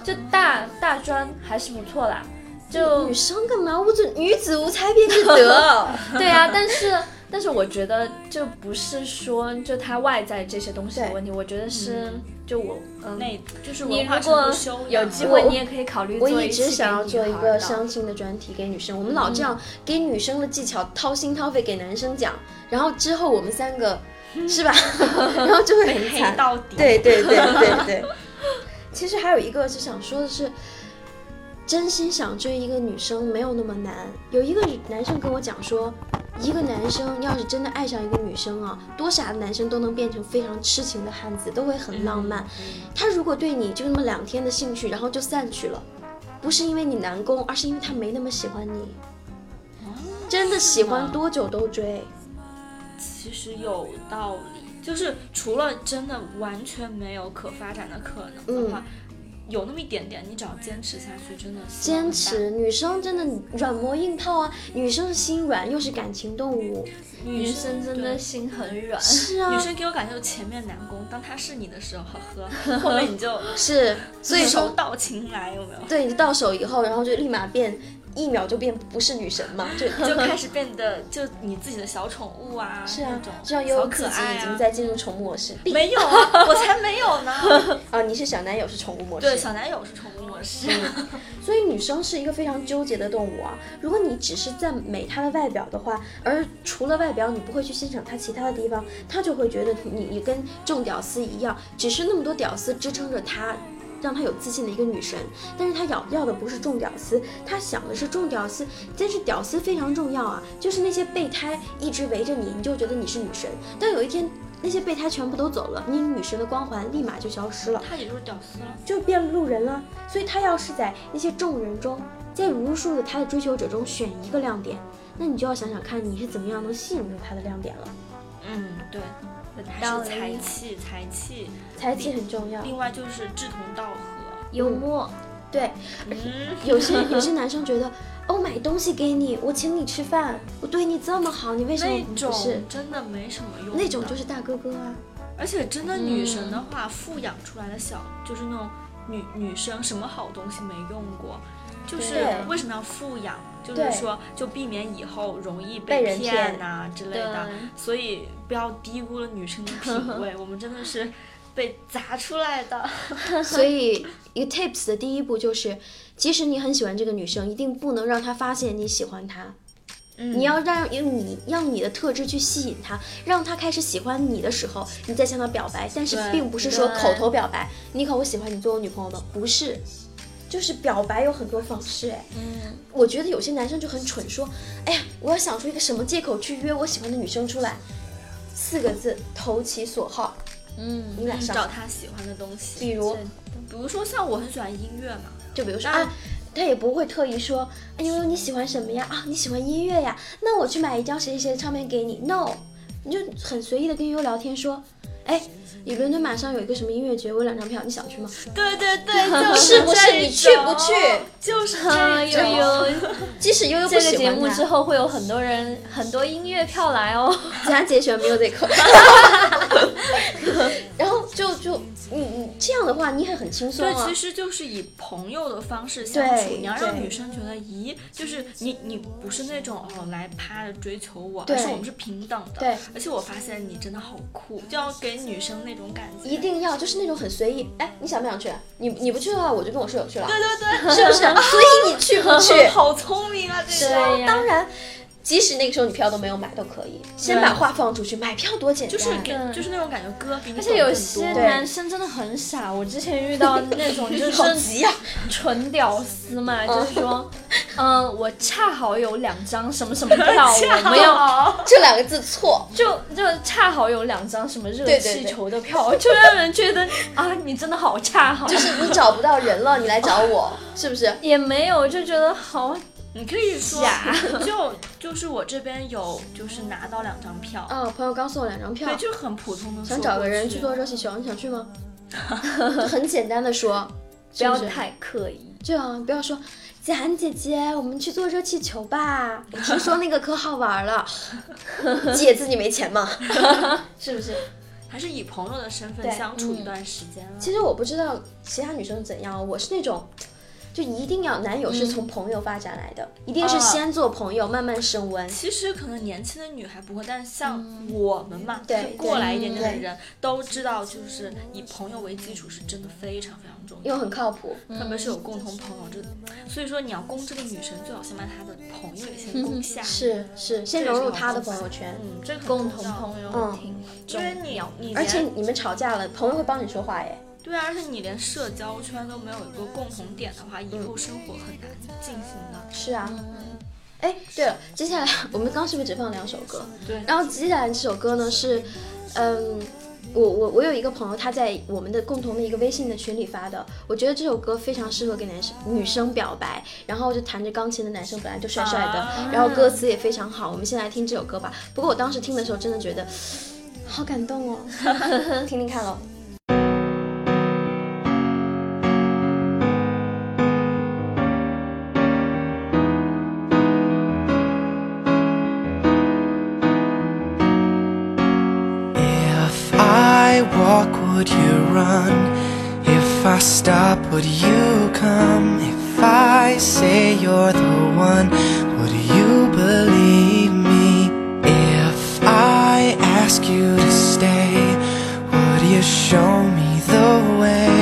[SPEAKER 2] 就大大专还是不错啦，就
[SPEAKER 1] 女生干嘛？我这女子无才便是德。
[SPEAKER 2] 对啊，但是但是我觉得就不是说就她外在这些东西的问题，我觉得是就我嗯，
[SPEAKER 3] 那就是
[SPEAKER 2] 你
[SPEAKER 3] 文化
[SPEAKER 2] 如
[SPEAKER 3] 程度
[SPEAKER 2] 果
[SPEAKER 3] 修养啊
[SPEAKER 2] 有机会
[SPEAKER 1] 我
[SPEAKER 2] 你也可以考虑
[SPEAKER 1] 我
[SPEAKER 2] 做
[SPEAKER 1] 一
[SPEAKER 2] 期
[SPEAKER 1] 直想要
[SPEAKER 2] 给
[SPEAKER 1] 做
[SPEAKER 2] 女
[SPEAKER 1] 一
[SPEAKER 2] 孩
[SPEAKER 1] 个
[SPEAKER 2] 的
[SPEAKER 1] 相亲的专题给女生，我们老这样给女生的技巧掏心掏肺给男生讲，然后之后我们三个是吧， 然后就会
[SPEAKER 3] 被
[SPEAKER 1] 很
[SPEAKER 3] 黑
[SPEAKER 1] 惨。
[SPEAKER 3] 到底。
[SPEAKER 1] 对对对对对。其实还有一个是想说的是，真心想追一个女生没有那么难。有一个男生跟我讲说，一个男生要是真的爱上一个女生啊，多傻的男生都能变成非常痴情的汉子，都会很浪漫。他如果对你就那么两天的兴趣，然后就散去了，不是因为你难攻，而是因为他没那么喜欢你。真的喜欢多久都追，
[SPEAKER 3] 其实有道理，就是除了真的完全没有可发展的可能的话，
[SPEAKER 2] 嗯
[SPEAKER 3] 有那么一点点，你只要坚持下去，真的希望
[SPEAKER 1] 坚
[SPEAKER 3] 很大
[SPEAKER 1] 持。女生真的软磨硬泡啊，女生是心软又是感情动物。
[SPEAKER 2] 女
[SPEAKER 3] 女
[SPEAKER 2] 生真的
[SPEAKER 3] 对
[SPEAKER 2] 心很软，
[SPEAKER 1] 是啊，
[SPEAKER 3] 女，生给我感觉就前面难攻，当她是你的时候， 呵呵，后面你就是
[SPEAKER 1] 所以
[SPEAKER 3] 手
[SPEAKER 1] 说，
[SPEAKER 3] 到擒来，有没有？
[SPEAKER 1] 对你到手以后，然后就立马变，一秒就变不是女神嘛， 就
[SPEAKER 3] 就开始变得就你自己的小宠物啊，
[SPEAKER 1] 嗯是啊
[SPEAKER 3] 那种，
[SPEAKER 1] 这样悠
[SPEAKER 3] 小
[SPEAKER 1] 悠
[SPEAKER 3] 可
[SPEAKER 1] 自己
[SPEAKER 3] 爱
[SPEAKER 1] 已经
[SPEAKER 3] 啊。
[SPEAKER 1] 在进入宠物模式。
[SPEAKER 3] 没有啊， 我才没有呢。
[SPEAKER 1] 啊，你是小男友是嗯宠物模式。
[SPEAKER 3] 对，小男友是宠物模式，
[SPEAKER 1] 所以女生是一个非常纠结的动物啊。如果你只是赞美她的外表的话，而除了外表你不会去欣赏她其他的地方，她就会觉得你你跟众屌丝一样，只是那么多屌丝支撑着她。让她有自信的一个女神，但是她要要的不是众屌丝，她想的是众屌丝，但是屌丝非常重要啊，就是那些备胎一直围着你，你就觉得你是女神，但有一天那些备胎全部都走了，你女神的光环立马就消失了。
[SPEAKER 3] 他也就是屌丝了。
[SPEAKER 1] 就变路人了。所以他要是在那些众人中，在无数的他的追求者中选一个亮点，那你就要想想看你是怎么样能吸引到他的亮点了。
[SPEAKER 3] 嗯，对，还
[SPEAKER 1] 道
[SPEAKER 3] 是
[SPEAKER 1] 理
[SPEAKER 3] 才气，才气。
[SPEAKER 1] 才气很重要，
[SPEAKER 3] 另外就是志同道合。
[SPEAKER 1] 幽默。对，
[SPEAKER 3] 嗯，
[SPEAKER 1] 有些有些男生觉得， 哦，买东西给你，我请你吃饭，我对你这么好，你为什么
[SPEAKER 3] 那
[SPEAKER 1] 不是
[SPEAKER 3] 种？真的没什么用的。
[SPEAKER 1] 那种就是大哥哥啊，
[SPEAKER 3] 而且真的女
[SPEAKER 1] 嗯
[SPEAKER 3] 神的话，富养出来的小就是那种女女生什么好东西没用过，就是
[SPEAKER 1] 对
[SPEAKER 3] 为什么要富养？就是
[SPEAKER 1] 对
[SPEAKER 3] 说，就避免以后容易
[SPEAKER 1] 被人
[SPEAKER 3] 骗
[SPEAKER 1] 骗
[SPEAKER 3] 呐、之类的，所以不要低估了女生的 品味，我们真的是被砸出来的。
[SPEAKER 1] 所以一个 tips 的第一步就是，即使你很喜欢这个女生，一定不能让她发现你喜欢她。
[SPEAKER 3] 嗯
[SPEAKER 1] 你要让用你让你的特质去吸引她，让她开始喜欢你的时候，你再向她表白。但是
[SPEAKER 3] 对
[SPEAKER 1] 并不是说
[SPEAKER 2] 对
[SPEAKER 1] 口头表白，你可我喜欢你，做我女朋友吗？不是，就是表白有很多方式。哎，
[SPEAKER 3] 嗯，
[SPEAKER 1] 我觉得有些男生就很蠢，说，哎呀，我要想出一个什么借口去约我喜欢的女生出来，四个字，投其所好。嗯，你俩上
[SPEAKER 3] 找，她喜欢的东西，
[SPEAKER 1] 比如
[SPEAKER 3] 比如说像我很喜欢音乐嘛，
[SPEAKER 1] 就比如
[SPEAKER 2] 嗯
[SPEAKER 1] 说
[SPEAKER 3] 那
[SPEAKER 1] 啊，他也不会特意说，哎呦，你喜欢什么呀？啊，你喜欢音乐呀？那我去买一张谁谁谁的唱片给你。No，你就很随意的跟悠悠聊天说，哎，你伦敦马上有一个什么音乐节，我有两张票，你想去吗？
[SPEAKER 3] 对对对， 就是
[SPEAKER 1] 不是
[SPEAKER 3] 这
[SPEAKER 1] 你去不
[SPEAKER 3] 种
[SPEAKER 1] 去？哎
[SPEAKER 3] 就是
[SPEAKER 2] 啊，
[SPEAKER 3] 这
[SPEAKER 2] 悠
[SPEAKER 3] 种。
[SPEAKER 2] 悠，
[SPEAKER 1] 即使悠悠不
[SPEAKER 2] 这
[SPEAKER 1] 喜
[SPEAKER 2] 个节
[SPEAKER 1] 欢
[SPEAKER 2] 目之
[SPEAKER 1] 他，
[SPEAKER 2] 后会有很多人很多音乐票来哦。
[SPEAKER 1] 子涵姐喜欢 music，然后就就你你这样的话，你也很轻松
[SPEAKER 3] 对，
[SPEAKER 1] 啊
[SPEAKER 3] 其。实就是以朋友的方式相处，
[SPEAKER 1] 对
[SPEAKER 3] 你要让
[SPEAKER 1] 对
[SPEAKER 3] 女生觉得，咦，就是你你不是那种哦来趴着追求我，
[SPEAKER 1] 对
[SPEAKER 3] 而是我们是平等的。
[SPEAKER 1] 对，
[SPEAKER 3] 而且我发现你真的好酷，就要给女生那种感觉。
[SPEAKER 1] 一定要就是那种很随意，哎，你想不想去？你你不去的话，我就跟我室友去了，
[SPEAKER 3] 对对
[SPEAKER 1] 是不 是？所以你去不去
[SPEAKER 3] 对，？ 好聪明啊，这个。
[SPEAKER 2] 对
[SPEAKER 1] 当
[SPEAKER 2] 呀，
[SPEAKER 1] 然，即使那个时候你票都没有买都可以，先把话放出去，买票多简单。
[SPEAKER 3] 就是给就是那种感觉，哥比你
[SPEAKER 2] 而
[SPEAKER 3] 懂
[SPEAKER 2] 且有
[SPEAKER 3] 更
[SPEAKER 2] 些
[SPEAKER 3] 多。
[SPEAKER 2] 男生真的很傻，我之前遇到 那种就
[SPEAKER 1] 好
[SPEAKER 2] 是
[SPEAKER 1] 急呀、啊
[SPEAKER 2] 纯屌丝嘛，就是说，嗯，我恰好有两张什么什 么票，我们要
[SPEAKER 3] 要
[SPEAKER 1] 这两个字错，
[SPEAKER 2] 就就恰好有两张什么热
[SPEAKER 1] 对对
[SPEAKER 2] 气
[SPEAKER 1] 对
[SPEAKER 2] 球的票，就让人觉得啊，你真的好恰好，
[SPEAKER 1] 就是你找不到人了，你来找 我，是不是？
[SPEAKER 2] 也没有就觉得好
[SPEAKER 3] 你可以说， 就就是我这边有就是拿到两张票，
[SPEAKER 1] 啊、朋友刚送我两张票
[SPEAKER 3] 对，，就是很普通的。
[SPEAKER 1] 想找个人去做热气球，你想去 吗？就很简单的说，
[SPEAKER 2] 不要
[SPEAKER 1] 是不是啊
[SPEAKER 2] 太刻意。
[SPEAKER 1] 这样不要说子涵姐姐，我们去坐热气球吧！
[SPEAKER 6] 我听说那个可好玩了，
[SPEAKER 1] 姐自己没钱吗？是不是？
[SPEAKER 3] 还是以朋友的身份
[SPEAKER 1] 对嗯
[SPEAKER 3] 相处一段时间啊了。
[SPEAKER 1] 其实我不知道其他女生怎样，我是那种，就一定要男友
[SPEAKER 3] 嗯
[SPEAKER 1] 是从朋友发展来的，一定是
[SPEAKER 3] 哦
[SPEAKER 1] 先做朋友，慢慢升温。
[SPEAKER 3] 其实可能年轻的女孩不会，但是像我们嘛，
[SPEAKER 1] 对
[SPEAKER 3] 就是
[SPEAKER 1] 嗯对
[SPEAKER 3] 过来一点点
[SPEAKER 1] 对
[SPEAKER 3] 的人都知道，就是以朋友为基础是真的非常非常重
[SPEAKER 1] 又
[SPEAKER 3] 要，
[SPEAKER 1] 很靠谱，
[SPEAKER 3] 特别是有共同朋友这，所以说你要攻这个女生，最好先把她的朋友也先攻下，，
[SPEAKER 1] 是是，先
[SPEAKER 3] 这
[SPEAKER 1] 融
[SPEAKER 3] 是
[SPEAKER 1] 入
[SPEAKER 3] 好
[SPEAKER 1] 他的
[SPEAKER 3] 东
[SPEAKER 1] 朋
[SPEAKER 3] 西
[SPEAKER 1] 友圈，
[SPEAKER 3] 嗯，这个
[SPEAKER 2] 共
[SPEAKER 3] 共
[SPEAKER 2] 同
[SPEAKER 3] 同
[SPEAKER 2] 朋友，
[SPEAKER 1] 嗯，
[SPEAKER 3] 因为你你连
[SPEAKER 1] 而且你们吵架了，朋友会帮你说话耶。
[SPEAKER 3] 对啊，而且你连社交圈都没有一个共同点的话，
[SPEAKER 1] 嗯
[SPEAKER 3] 以后生活很难进行的。
[SPEAKER 1] 是啊。
[SPEAKER 3] 嗯
[SPEAKER 1] 哎，对了，接下来我们刚刚是不是只放两首歌？
[SPEAKER 3] 对
[SPEAKER 1] 然后接下来这首歌呢是，嗯，我我我有一个朋友，他在我们的共同的一个微信的群里发的，我觉得这首歌非常适合给男生女生表白，然后就弹着钢琴的男生本来就帅帅的，
[SPEAKER 3] 啊
[SPEAKER 1] 然后歌词也非常好，我们先来听这首歌吧。不过我当时听的时候真的觉得好感动哦， 听听看哦喽。
[SPEAKER 4] If I walk, would you run? If I stop, would you come? If I say you're the one, would you believe me? If I ask you to stay, would you show me the way?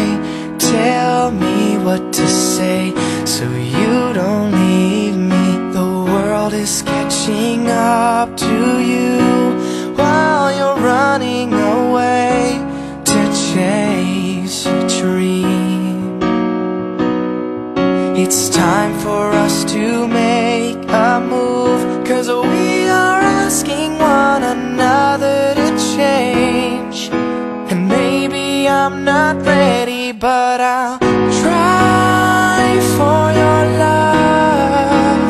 [SPEAKER 4] Tell me what to say so you don't leave me. The world is catching up to you while you're running away to chase your dream. It's time for us to make a move, cause we are asking one another to change. And maybe I'm not ready, but I'll try for your love.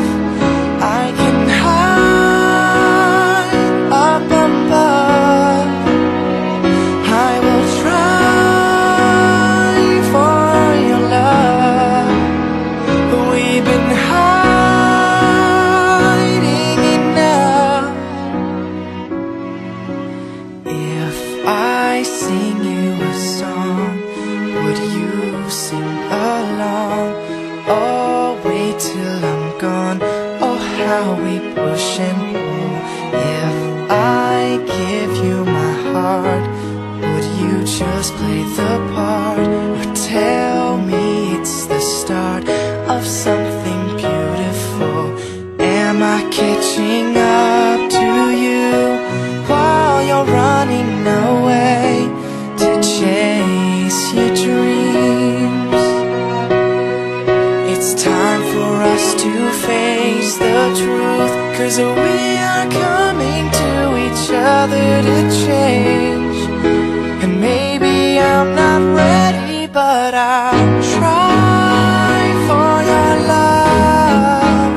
[SPEAKER 4] I can hide up above. I will try for your love. We've been hiding enough. If I sing you a song, would you sing along? Oh, wait till I'm gone. Oh, how we push and pull. If I give you my heart, would you just play the part? Or tell me it's the start of something beautiful? Am I catching up to you while you're running away to chase your dreams? It's time for us to face the truth. Cause we are coming to each other to change. And maybe I'm not ready, but I'll try for your love.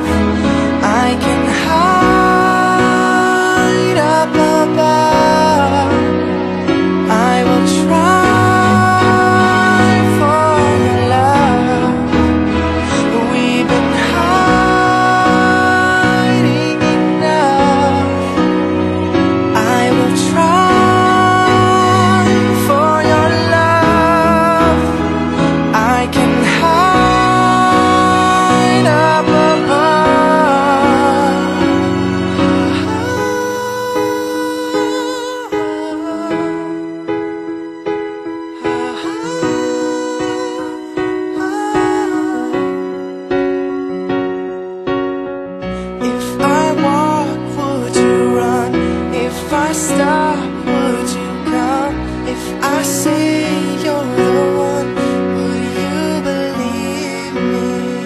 [SPEAKER 4] I can hide up above. I will try for your love. We've been hiding enough. I will try for your love. I can hide up above. If I walk, would you run? If I stop, would you come? If I say you're the one, would you believe me?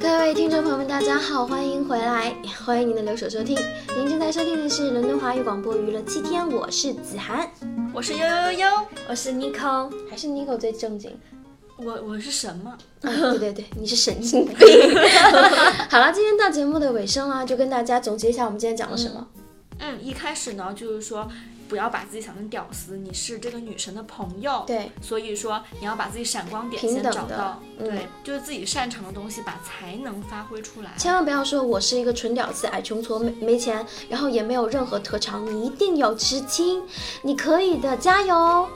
[SPEAKER 1] 各位听众朋友们，大家好，欢迎回来，欢迎您的留守收听。您正在收听的是伦敦华语广播娱乐七天，我是子涵，
[SPEAKER 3] 我是悠悠悠，
[SPEAKER 2] 我是 Nico，
[SPEAKER 1] 还是 Nico 最正经。
[SPEAKER 3] 我我是什么？
[SPEAKER 1] 啊对对对，你是神经病。 好了，今天到
[SPEAKER 3] 嗯
[SPEAKER 1] 节目的尾声了，就跟大家总结一下我们今天讲了什么。
[SPEAKER 3] 嗯，一开始呢，就是说。不要把自己想成屌丝，你是这个女神的朋友。
[SPEAKER 1] 对，
[SPEAKER 3] 所以说你要把自己闪光点
[SPEAKER 1] 平
[SPEAKER 3] 先
[SPEAKER 1] 等
[SPEAKER 3] 找
[SPEAKER 1] 的
[SPEAKER 3] 到，
[SPEAKER 1] 嗯
[SPEAKER 3] 对，就是自己擅长的东西，把才能发挥出来。
[SPEAKER 1] 千万不要说我是一个纯屌丝，矮穷矬，没没钱，然后也没有任何特长，你一定有吃青，你可以的，加油！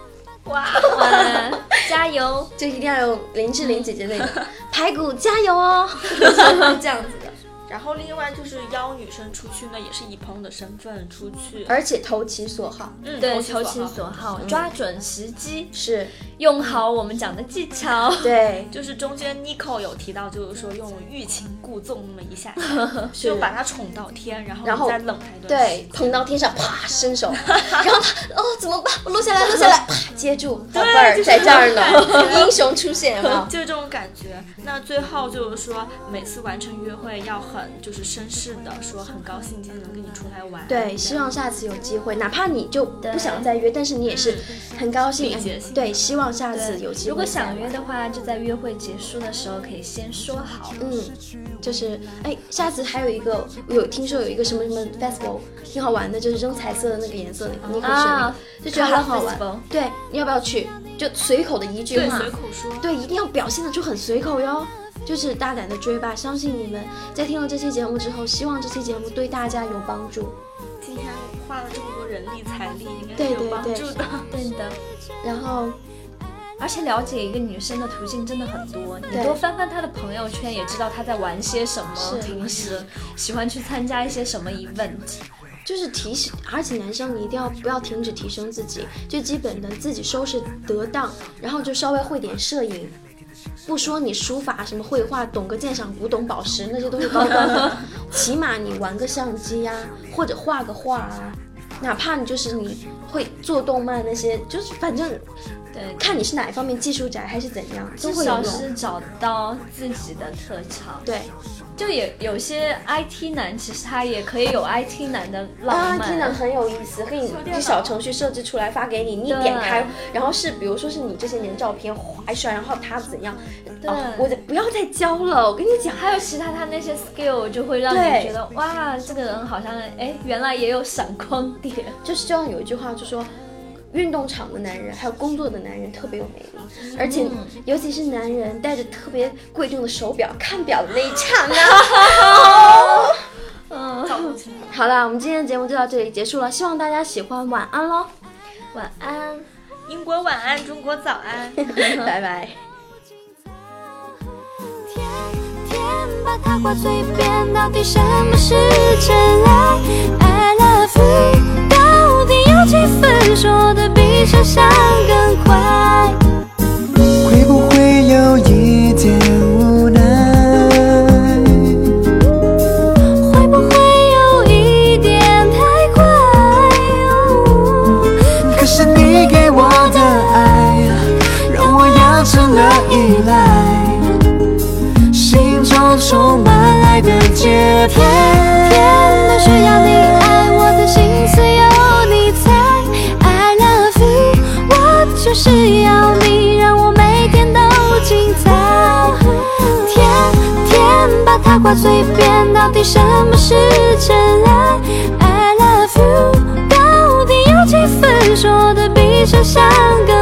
[SPEAKER 2] 加油！
[SPEAKER 1] 就一定要有林志玲姐姐那 个排骨，加油 哦！
[SPEAKER 2] 这样子的，
[SPEAKER 3] 然后另外就是邀女生出去呢，也是以朋友的身份出去，
[SPEAKER 1] 而且投其所好，
[SPEAKER 3] 嗯，
[SPEAKER 2] 对，
[SPEAKER 3] 投
[SPEAKER 2] 投
[SPEAKER 3] 其
[SPEAKER 2] 其
[SPEAKER 3] 所
[SPEAKER 2] 所
[SPEAKER 3] 好，
[SPEAKER 1] 嗯
[SPEAKER 2] 好，抓准时机，
[SPEAKER 1] 是
[SPEAKER 2] 用好我们讲的技巧。
[SPEAKER 1] 对，
[SPEAKER 3] 就是中间 n i c o 有提到，就是说用欲擒故纵那么 一下下，就把她宠到天，然后
[SPEAKER 1] 然后
[SPEAKER 3] 再冷她一段时
[SPEAKER 1] 对
[SPEAKER 3] 间，
[SPEAKER 1] 碰到天上啪伸手，然后他哦怎么办？我落下来，落下来，啪接住，宝贝儿在这儿呢， 英雄出现有没 有？
[SPEAKER 3] 就是这种感觉。那最后就是说，每次完成约会要很就是绅士的说，很高兴今天能跟你出来玩，
[SPEAKER 1] 对，希望下次有机会，哪怕你就不想再约，但是你也是很高兴，
[SPEAKER 3] 理解
[SPEAKER 1] 哎
[SPEAKER 3] 性
[SPEAKER 1] 对，希望下次
[SPEAKER 2] 对
[SPEAKER 1] 有机会。
[SPEAKER 2] 如果想约，的话，就在约会结束的时候可以先说好。
[SPEAKER 1] 嗯，就是哎，下次还有一个，我有听说有一个什么什么 festival 挺好玩的，就是扔彩色的那个颜色，那个你可以选那
[SPEAKER 2] 啊
[SPEAKER 1] 个，就觉得很好
[SPEAKER 2] Colour festival
[SPEAKER 1] 玩。对，你要不要去？就随口的一句
[SPEAKER 3] 对，
[SPEAKER 1] 话
[SPEAKER 3] 随，口说。
[SPEAKER 1] 对，一定要表现的就很随口哟。就是大胆的追吧，相信你们在听了这期节目之后，希望这期节目对大家有帮助。
[SPEAKER 3] 今天花了这么多人力财力，应该
[SPEAKER 1] 对
[SPEAKER 3] 是有
[SPEAKER 1] 对
[SPEAKER 3] 帮
[SPEAKER 1] 对
[SPEAKER 3] 助的。
[SPEAKER 2] 对的，
[SPEAKER 1] 然后
[SPEAKER 2] 而且了解一个女生的途径真的很多，你
[SPEAKER 1] 对
[SPEAKER 2] 多翻翻她的朋友圈，也知道她在玩些什么，平时喜欢去参加一些什么 event。
[SPEAKER 1] 就是提醒，而且男生你一定要不要停止提升自己，最基本的自己收拾得当，然后就稍微会点摄影。不说你书法什么绘画，懂个鉴赏古董宝石那些都是高端的， 起码你玩个相机呀、或者画个画啊，哪怕你就是你会做动漫那些，就是反正呃
[SPEAKER 2] 对，
[SPEAKER 1] 看你是哪一方面技术宅还是怎样，都
[SPEAKER 2] 至
[SPEAKER 1] 会有
[SPEAKER 2] 少
[SPEAKER 1] 用。
[SPEAKER 2] 是找到自己的特长。
[SPEAKER 1] 对，
[SPEAKER 2] 就也有些 IT 男，其实他也可以有 IT 男的浪
[SPEAKER 1] 啊，
[SPEAKER 2] 漫。
[SPEAKER 1] 天哪，很有意思，可以一小程序设置出来发给你，你
[SPEAKER 2] 对
[SPEAKER 1] 点开，然后是比如说是你这些年照片划一圈，然后他怎样，
[SPEAKER 2] 对
[SPEAKER 1] 哦我的不要再教了，我跟你讲，
[SPEAKER 2] 还有其他他那些 skill 就会让
[SPEAKER 1] 对
[SPEAKER 2] 你觉得哇，这个人好像哎，原来也有闪光点。
[SPEAKER 1] 就是就像有一句话就说。运动场的男人，还有工作的男人特别有魅
[SPEAKER 2] 嗯
[SPEAKER 1] 力，而且尤其是男人戴着特别贵重的手表，看表的那一刹 那。
[SPEAKER 3] 照顾起来。
[SPEAKER 1] 好了，我们今天的节目就到这里结束了，希望大家喜欢，晚安喽，
[SPEAKER 2] 晚安。
[SPEAKER 3] 英国晚安，中国早安。
[SPEAKER 1] 拜拜。
[SPEAKER 7] 天天把它挂嘴边，到底什么是真爱？I love you，到底有几分说的比想象更快？
[SPEAKER 4] 会不会有一点无奈？
[SPEAKER 7] 会不会有一点太快？哦
[SPEAKER 4] 可是你给我的爱，让我养成了依赖，心中充满爱的节拍。
[SPEAKER 7] 天都需要你爱，我的心思有你猜。I love you，我就是要你，让我每天都精彩。天天把它挂嘴边，到底什么是真爱？I love you，到底有几分说的比想象更